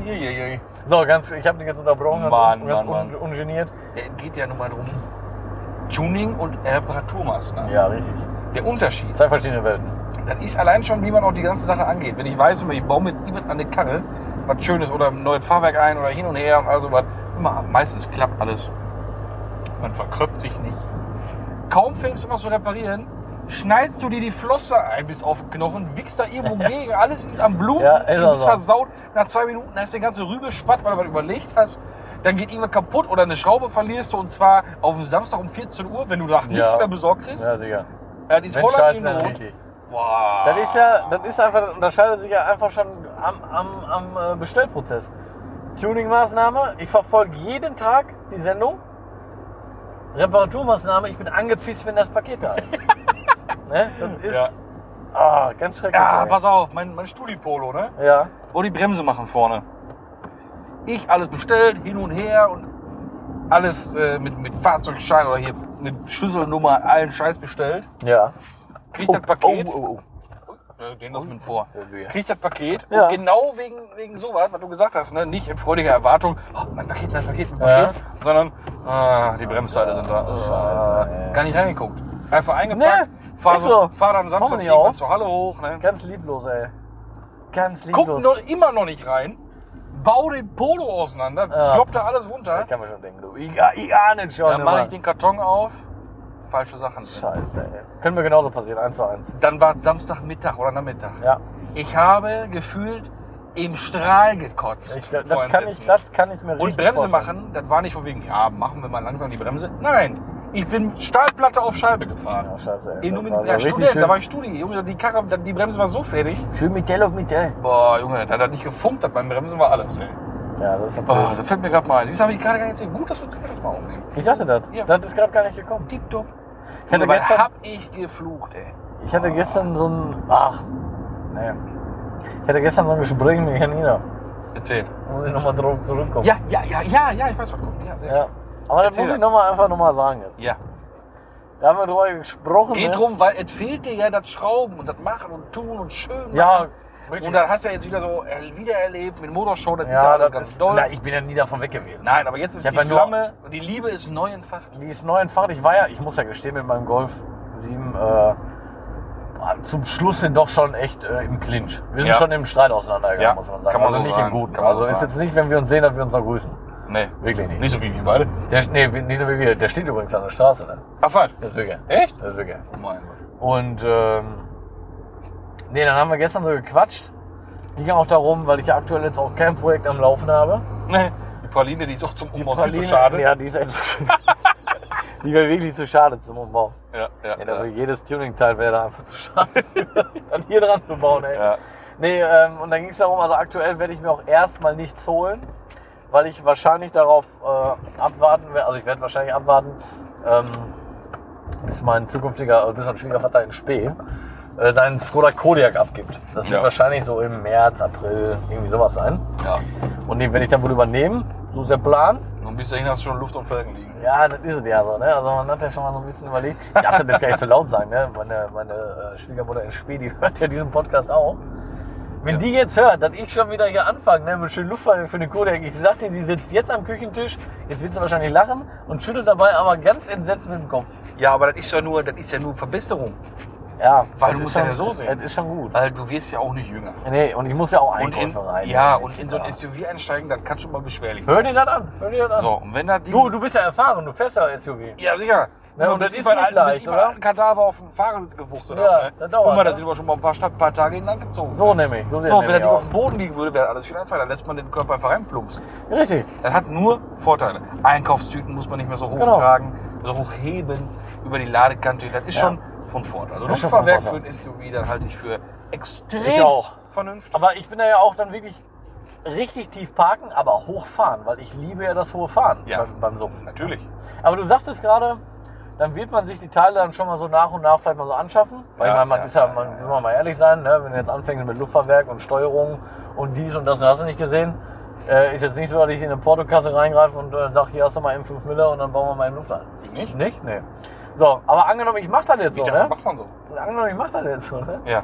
je, je, je, je.
So, ganz, ich habe dich jetzt unterbrochen, ganz,
Mann,
un, ganz
Mann,
un,
Mann.
ungeniert.
Ja, es geht ja nun mal darum, Tuning und Reparaturmaßnahmen.
Ja, richtig.
Der Unterschied,
Zwei verschiedene Welten.
das ist allein schon, wie man auch die ganze Sache angeht. Wenn ich weiß, ich baue mit jemand an eine Karre, was Schönes oder ein neues Fahrwerk ein oder hin und her und all sowas, immer, meistens klappt alles. Man verkrüppt sich nicht. Kaum fängst du was zu reparieren, schneidest du dir die Flosse ein bis auf den Knochen, wickst da irgendwo gegen, alles ist am Blut,
Ja, ist auch
ist
so.
versaut. Nach zwei Minuten hast du den ganzen Rübe spatt, weil du was überlegt hast. Dann geht irgendwas kaputt oder eine Schraube verlierst du und zwar auf dem Samstag um 14 Uhr, wenn du danach
Ja.
nichts mehr besorgt kriegst.
Ja, sicher.
Dann ist
Wenn
Holland
scheiße,
in
dann
Not.
richtig.
Wow.
Das ist ja, das ist einfach, unterscheidet sich ja einfach schon am, am, am äh, Bestellprozess. Tuning-Maßnahme, ich verfolge jeden Tag die Sendung. Reparaturmaßnahme, ich bin angepisst, wenn das Paket da [laughs] ist. ne? Das ist
Ja.
ah, ganz schrecklich.
Ja,
ey.
pass auf, mein, mein Studi-Polo, ne?
ja.
Wo die Bremse machen vorne. Ich alles bestellt, hin und her und alles äh, mit, mit Fahrzeugschein oder hier mit Schlüsselnummer, allen Scheiß bestellt.
ja.
Krieg
Oh,
das Paket.
Oh, oh,
Äh, Den lassen wir vor.
oh. Ja.
Krieg das Paket.
Ja.
Und genau wegen, wegen sowas, was du gesagt hast, ne? Nicht in freudiger Erwartung, oh, mein Paket, mein Paket, mein
Ja.
Paket, sondern ah, die Bremsteile sind da. Ah,
Scheiße, ey. Ne?
gar nicht reingeguckt. Einfach eingepackt. fahr,
ist so.
fahr dann am
Machen wir
Samstag
nicht
irgendwann
auf.
zur Halle hoch. Ne?
Ganz lieblos, ey. Ganz lieblos.
guck noch, immer noch nicht rein, bau den Polo auseinander,
Ja.
klopp da alles runter,
Das kann man schon denken, du. Ich, ah, ich ahne es schon.
dann mache
Mann.
ich den Karton auf, falsche Sachen drin.
Scheiße, ey. Können wir genauso passieren, eins zu eins.
Dann war es Samstagmittag oder Nachmittag.
Ja.
Ich habe gefühlt im Strahl gekotzt.
Ich, das,
vor
kann ich,
Entsetzen.
das kann ich mir
Und
richtig
Bremse
vorstellen.
machen, das war nicht von wegen, ja, machen wir mal langsam die Bremse. Nein, ich bin Stahlplatte auf Scheibe gefahren.
Ja, Oh, scheiße, ey.
In
Das
Numen,
war so
ja,
richtig
Student,
schön.
da war ich Studi. Junge, die Karre, die Bremse war so fertig.
Schön mit Dell auf mit Dell.
Boah, Junge, da hat nicht gefunkt, hat beim Bremsen war alles, ey.
Ja, das ist
Boah,
natürlich.
da fällt mir gerade mal ein. Siehst du, habe ich gerade gar nicht gesehen. Gut, dass wir uns gerade mal aufnehmen.
Ich dachte das.
Ja.
Das ist gerade gar nicht gekommen.
Tipptopp.
Ich hatte,
Dabei
gestern,
hab ich geflucht, ey.
ich hatte gestern so ein. Ach, naja. Ich hatte gestern so ein Gespräch mit Janina.
Erzähl.
Muss ich nochmal drauf zurückkommen.
Ja, ja, ja, ja, ja, ich weiß, was kommt. Ja, sehr
ja. Aber das
Erzähl
muss ich
doch.
nochmal einfach nochmal sagen jetzt.
schön. ja.
Da haben wir drüber gesprochen.
Geht
ne?
drum, weil es fehlt dir ja das Schrauben und das Machen und Tun und Schön.
Ja,
machen.
wirklich.
Und dann hast du ja jetzt wieder so äh, wiedererlebt mit Motorshow, das ist ja
ja,
alles
das
ganz
ist,
doll.
Na, ich bin ja nie davon weg gewesen.
Nein, aber jetzt ist
Ja,
die
aber nur-
Flamme, und die Liebe ist neu entfacht.
Die ist neu entfacht. Ich war ja, ich muss ja gestehen, mit meinem Golf 7 äh, zum Schluss hin doch schon echt äh, im Clinch. Wir sind
Ja.
schon im Streit auseinandergegangen,
Ja,
muss man sagen.
kann man
also
so
nicht im
sagen,
Guten.
kann man so
Also ist
sagen.
jetzt nicht, wenn wir uns sehen, dass wir uns noch grüßen.
Nee,
Wirklich nicht.
so viel wie beide.
Der, nee, wir- nicht so wie wir. Der steht übrigens an der Straße. Ne?
Ach, was?
Das ist wirklich.
Echt?
Das ist wirklich.
Oh mein Gott.
Und ähm, nee, dann haben wir gestern so gequatscht. Ging auch darum, weil ich ja aktuell jetzt auch kein Projekt am Laufen habe.
Nee. Die Praline, die ist auch zum Umbau viel zu
Praline-
schade.
Ja, die ist echt [laughs] Die wäre wirklich zu schade zum Umbau.
ja,
Ja, da wäre jedes Tuning-Teil wäre da einfach zu schade, [laughs] dann hier dran zu bauen, ey.
ja.
Nee, ähm, und dann ging es darum, also aktuell werde ich mir auch erstmal nichts holen, weil ich wahrscheinlich darauf äh, abwarten werde, also ich werde wahrscheinlich abwarten, ähm, bis mein zukünftiger, äh, bis mein Schwiegervater in Spee äh, seinen Skoda Kodiak abgibt. Das wird
Ja.
wahrscheinlich so im März, April, irgendwie sowas sein.
ja.
Und den werde ich dann wohl übernehmen, so ist der Plan.
Und bis dahin hast du schon Luft und Felgen liegen.
Ja, das ist es ja so, ne? Also man hat ja schon mal so ein bisschen überlegt. Ich darf das jetzt gar nicht zu laut sagen, ne? Meine, meine äh, Schwiegermutter in Spee, die [laughs] hört ja diesen Podcast auch. Wenn
Ja.
die jetzt hört, dass ich schon wieder hier anfange, ne, mit schönen Luftfallen für den Kodak, ich sag dir, die sitzt jetzt am Küchentisch, jetzt wird sie wahrscheinlich lachen und schüttelt dabei aber ganz entsetzt mit dem Kopf.
Ja, aber das ist ja nur, das ist ja nur Verbesserung.
Ja,
Weil
das
du
ist
musst
schon,
ja so sehen.
Das ist schon gut.
Weil Äh, du wirst ja auch nicht jünger.
Nee, und ich muss ja auch
Und in,
Einkäufe rein.
ja,
Das
und
ist
in so ein
klar.
SUV einsteigen, das kann schon mal
[laughs]
beschwerlich
Hör dir das an, hör dir das an.
So, und wenn da die.
Du, du bist ja erfahren, du fährst ja SUV.
ja, sicher. Ne,
Ja, und das
bis ich
ist
meinen
nicht
alten- bis
leicht,
ich meinen
oder?
alten Kadaver auf den Fahrersitz gewuchtet
Ja,
habe, ne?
das dauert,
Guck mal, da
ne?
sind wir schon mal ein paar, Stadt, paar Tage hinangezogen.
So nämlich, so sieht
So,
es
wenn er
nämlich
die auf den
aus.
Boden liegen würde, wäre alles viel einfacher. Dann lässt man den Körper einfach reinplumpsen.
Richtig.
Das hat nur Vorteile. Einkaufstüten muss man nicht mehr so
Genau.
hochtragen, so hochheben über die Ladekante. Das ist
Ja.
schon von Vorteil. Also
Das ist schon
Luftfahrwerk
von
für ein SUV, dann halte ich für
Ich
extrem
auch.
vernünftig.
Aber ich bin da ja auch dann wirklich richtig tief parken, aber hochfahren, weil ich liebe ja das hohe Fahren
Ja.
beim, beim Sumpf.
Natürlich.
Aber du sagtest gerade, dann wird man sich die Teile dann schon mal so nach und nach vielleicht mal so anschaffen. Weil
Ja,
ich meine, man
ja,
ist ja,
ja,
man,
ja,
will man mal ehrlich sein, ne? wenn du jetzt anfängst mit Luftfahrwerk und Steuerung und dies und das und hast du nicht gesehen, äh, ist jetzt nicht so, dass ich in eine Portokasse reingreife und äh, sag, hier hast du mal M5 Mille und dann bauen wir mal einen Luft ein.
Nicht?
Nicht? Nee. So, aber angenommen, ich mach das jetzt so,
Ich dachte,
ne?
macht man so.
Angenommen, ich mach das jetzt so, ne?
Ja.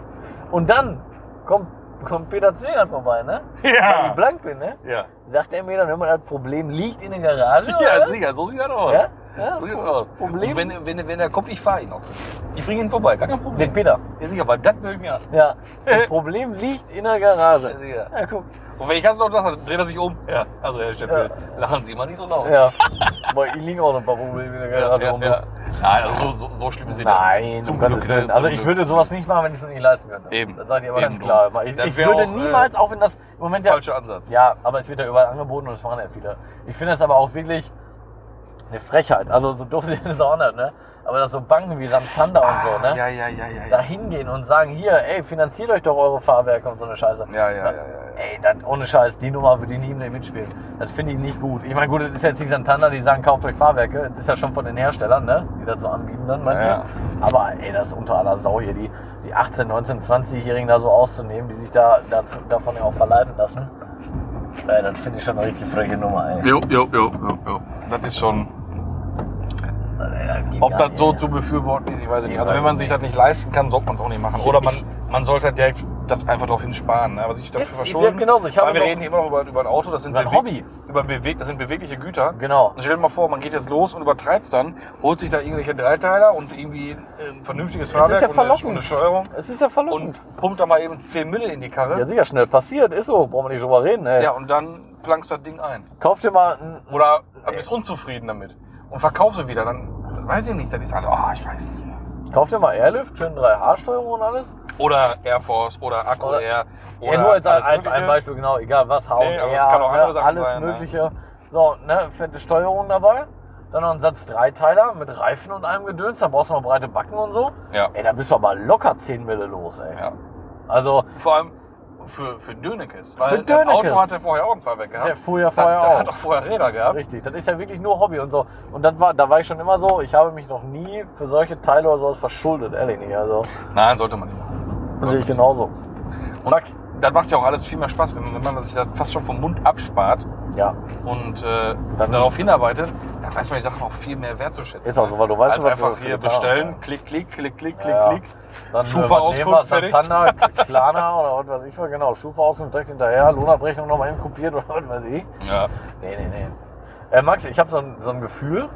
Und dann kommt, kommt Peter Zwingert vorbei, ne? Weil ich
Ja.
blank bin, ne?
Ja.
Sagt er mir dann, wenn man das Problem liegt in der Garage,
Ja, ne?
oder?
sicher, so sieht das aus.
Ja? Ja,
So sieht das aus.
Problem-
Und wenn, wenn, wenn er kommt, ich fahre ihn auch zu mir. Ich bringe ihn vorbei, gar kein
Den
Problem.
Peter.
Ja, sicher, weil das will ich mir an.
Ja, das Problem liegt in der
Ja,
Garage.
sicher.
Ja, guck.
Und wenn ich ganz laut lache, dreht er sich um. Ja, also Herr Steffel, lachen Sie mal nicht so laut.
Ja. Aber hier liegen auch noch ein paar Probleme in der
Ja,
Garage.
ja,
rum.
ja. Nein, also so, so, so schlimm ist es
Nein,
nicht. Zum
um Gottes
Glück,
Willen.
ne,
Also
zum
ich
Glück.
würde sowas nicht machen, wenn ich es mir nicht leisten könnte.
Eben.
Das sage ich aber
Eben,
ganz
du.
klar. Ich,
Das
ich
wär
würde
auch, äh,
niemals, auch wenn das im Moment ja
Falscher Ansatz.
Ja, aber es wird ja überall angeboten und das machen ja viele. Ich finde das aber auch wirklich eine Frechheit. Also so doof [laughs] sie das auch nicht, ne? Aber dass so Banken wie Santander und so, ne?
Ah, Ja, ja, ja, ja.
Da
ja.
hingehen und sagen, hier, ey, finanziert euch doch eure Fahrwerke und so eine Scheiße.
Ja, ja, ja, ja, ja.
Ey, dann ohne Scheiß, die Nummer würde ich nie mehr mitspielen. Das finde ich nicht gut. Ich meine, gut, das ist jetzt nicht Santander, die sagen, kauft euch Fahrwerke. Das ist ja schon von den Herstellern, ne? Die das so anbieten dann, meinst
Ja,
du? Aber ey, das ist unter aller Sau hier, die, die 18, 19, 20-Jährigen da so auszunehmen, die sich da dazu, davon ja auch verleiten lassen. Ey, das finde ich schon eine richtig freche Nummer, ey.
Jo, jo, jo, jo, jo. Das ist schon.
Das geht
Ob
gar
das
nicht,
so
ey.
zu befürworten ist, ich weiß es
Ich
nicht. Also
weiß
wenn man
es
sich
nicht.
das nicht leisten kann, sollte man es auch nicht machen.
Ich-
Oder man,
ich-
man sollte halt direkt das einfach darauf hinsparen. ne? Aber sich dafür
Ist- ist
verschulden.
ja genauso. Ich habe
weil wir
noch-
reden hier immer noch über, über ein Auto, das sind
Über ein
beweg-
Hobby.
Über beweg, das sind bewegliche Güter.
Genau.
Und stell dir mal vor, man geht jetzt los und übertreibt es dann, holt sich da irgendwelche Dreiteiler und irgendwie ein vernünftiges
ja
Fahrwerk und, eine,
verlockend.
und eine Steuerung
Es ist ja verlockend.
und pumpt da mal eben 10 Mille in die Karre.
Ja, sicher, schnell passiert. Ist so. Brauchen wir nicht drüber reden, ey.
Ja, und dann plankst das Ding ein.
Kauft dir mal ein...
Oder bist unzufrieden damit und verkaufst sie wieder. Dann weiß ich nicht, dann ist halt, ah, ich weiß nicht.
Kauft dir mal Airlift, schön 3H-Steuerung und alles.
Oder Air Force oder Akku
Oder-
Air. Oder
ja, nur als,
alles
als ein
Mögliche.
Beispiel, genau, egal was, hauen,
Nee, aber es kann auch andere Sachen
alles
sein, ne?
Mögliche. So, ne, fette Steuerung dabei. Dann noch ein Satz Dreiteiler mit Reifen und allem Gedöns. Da brauchst du noch breite Backen und so.
Ja.
Ey, da bist du aber locker 10 Mille los, ey.
ja.
Also,
Vor allem für, für Dönekes. Weil
Für
das
Dönekes.
Auto hat er vorher auch ein Fahrwerk gehabt.
der fuhr ja
Da-
vorher
da
auch.
hat auch vorher Räder gehabt.
Richtig, das ist ja wirklich nur Hobby und so. Und dann war, da war ich schon immer so, ich habe mich noch nie für solche Teile oder sowas verschuldet, ehrlich nicht. Also,
Nein, sollte man nicht machen.
das sehe ich genauso.
Und Max, das macht ja auch alles viel mehr Spaß, wenn man, wenn man sich das fast schon vom Mund abspart
Ja,
und äh, darauf hinarbeitet, dann weiß man die Sachen auch viel mehr wertzuschätzen.
Ist auch so, weil du weißt,
Als
was
Halt
du
einfach
für
hier
getan hast,
bestellen,
ja.
klick, klick, klick, klick, klick,
Ja, ja.
klick.
Dann äh,
Schufa
was nehmen wir?
Auskunft fertig. [laughs]
Santana, Klana oder was weiß ich was, genau. Schufa-Auskunft direkt hinterher, Lohnabrechnung nochmal eben kopiert oder was weiß ich.
Ja.
Nee, nee, nee. Äh, Max, ich habe so ein, so ein Gefühl,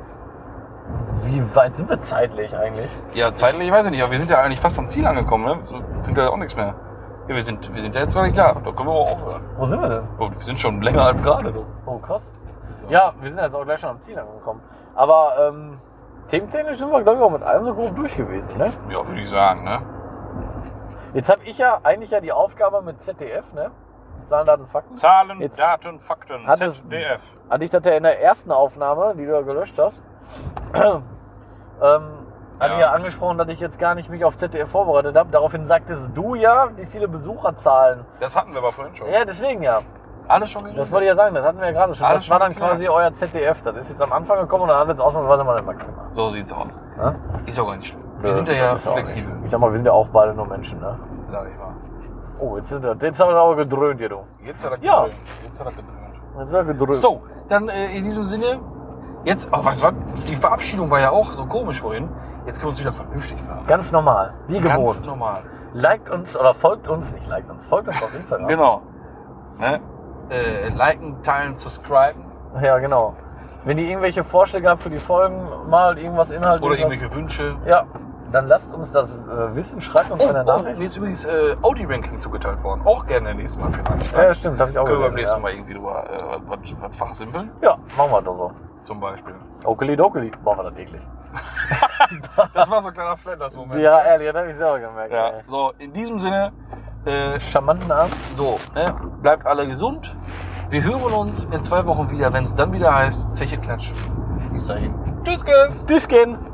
wie weit sind wir zeitlich eigentlich?
ja, zeitlich weiß ich nicht, aber wir sind ja eigentlich fast am Ziel angekommen, ne? So bringt ja auch nichts mehr. Ja, wir sind, wir sind ja jetzt gar nicht klar, da können wir auch aufhören.
Wo sind wir denn?
Oh, wir sind schon länger als gerade. so.
Oh, krass. Ja, wir sind jetzt auch gleich schon am Ziel angekommen. Aber ähm, thementechnisch sind wir, glaube ich, auch mit allem so grob durch gewesen, ne?
Ja, würde ich sagen, ne?
Jetzt habe ich ja eigentlich ja die Aufgabe mit ZDF, ne? Zahlen, Daten, Fakten.
Zahlen,
Jetzt
Daten, Fakten,
hat es-
ZDF.
hatte ich das ja in der ersten Aufnahme, die du ja gelöscht hast, [clears throat] ähm, hatte
Ja.
ich ja angesprochen, dass ich jetzt gar nicht mich auf ZDF vorbereitet habe. Daraufhin sagtest du ja, wie viele Besucherzahlen.
Das hatten wir aber vorhin schon.
Ja, deswegen ja.
Alles schon
Das wollte ich ja sagen, das hatten wir ja gerade schon.
Alles
das war dann
schon klar.
quasi euer ZDF. Das ist jetzt am Anfang gekommen und dann hat jetzt ausnahmsweise mal der Max gemacht.
So sieht's aus.
Ne?
Ist auch gar nicht schlimm. Wir
Nö,
sind ja, ja
ist auch
flexibel,
nicht. Ich sag mal, wir sind ja auch beide nur Menschen, ne?
sag ich mal.
Oh, jetzt, sind wir, jetzt haben wir aber gedröhnt hier, du.
Jetzt hat er
Ja.
gedröhnt. Jetzt hat er gedröhnt.
Jetzt ist er gedröhnt.
So, dann äh, in diesem Sinne, jetzt, oh, was war, die Verabschiedung war ja auch so komisch vorhin. Jetzt können wir uns wieder vernünftig verabschieden.
Ganz normal, wie
Ganz
gewohnt.
normal.
Liked uns oder folgt uns, nicht liked uns, folgt uns auf Instagram.
Genau. Ne? Äh, liken, teilen, subscriben
Ja, genau. Wenn ihr irgendwelche Vorschläge habt für die Folgen, mal irgendwas inhaltlich.
oder irgendwelche Wünsche.
Ja, Dann lasst uns das äh, wissen, schreibt uns
Oh,
eine
oh,
Nachricht.
mir ist übrigens äh, Audi-Ranking zugeteilt worden. Auch gerne nächstes Mal vielleicht.
ja, stimmt, habe ich auch
Können wir beim
gelesen,
nächsten
ja.
Mal irgendwie drüber äh, was, was fachsimpeln,
ja, machen wir doch so.
zum Beispiel.
Okeli dokeli, machen wir das täglich.
Das war so ein kleiner Flanders-Moment.
[laughs] Ja, ehrlich, das habe ich selber gemerkt.
ja.
ey.
So, in diesem Sinne, äh,
Charmanten Arzt.
so, ne? bleibt alle gesund. Wir hören uns in zwei Wochen wieder, wenn es dann wieder heißt Zeche Klatsch. Bis dahin. Tschüss, Tschüss.
Tschüss gehen.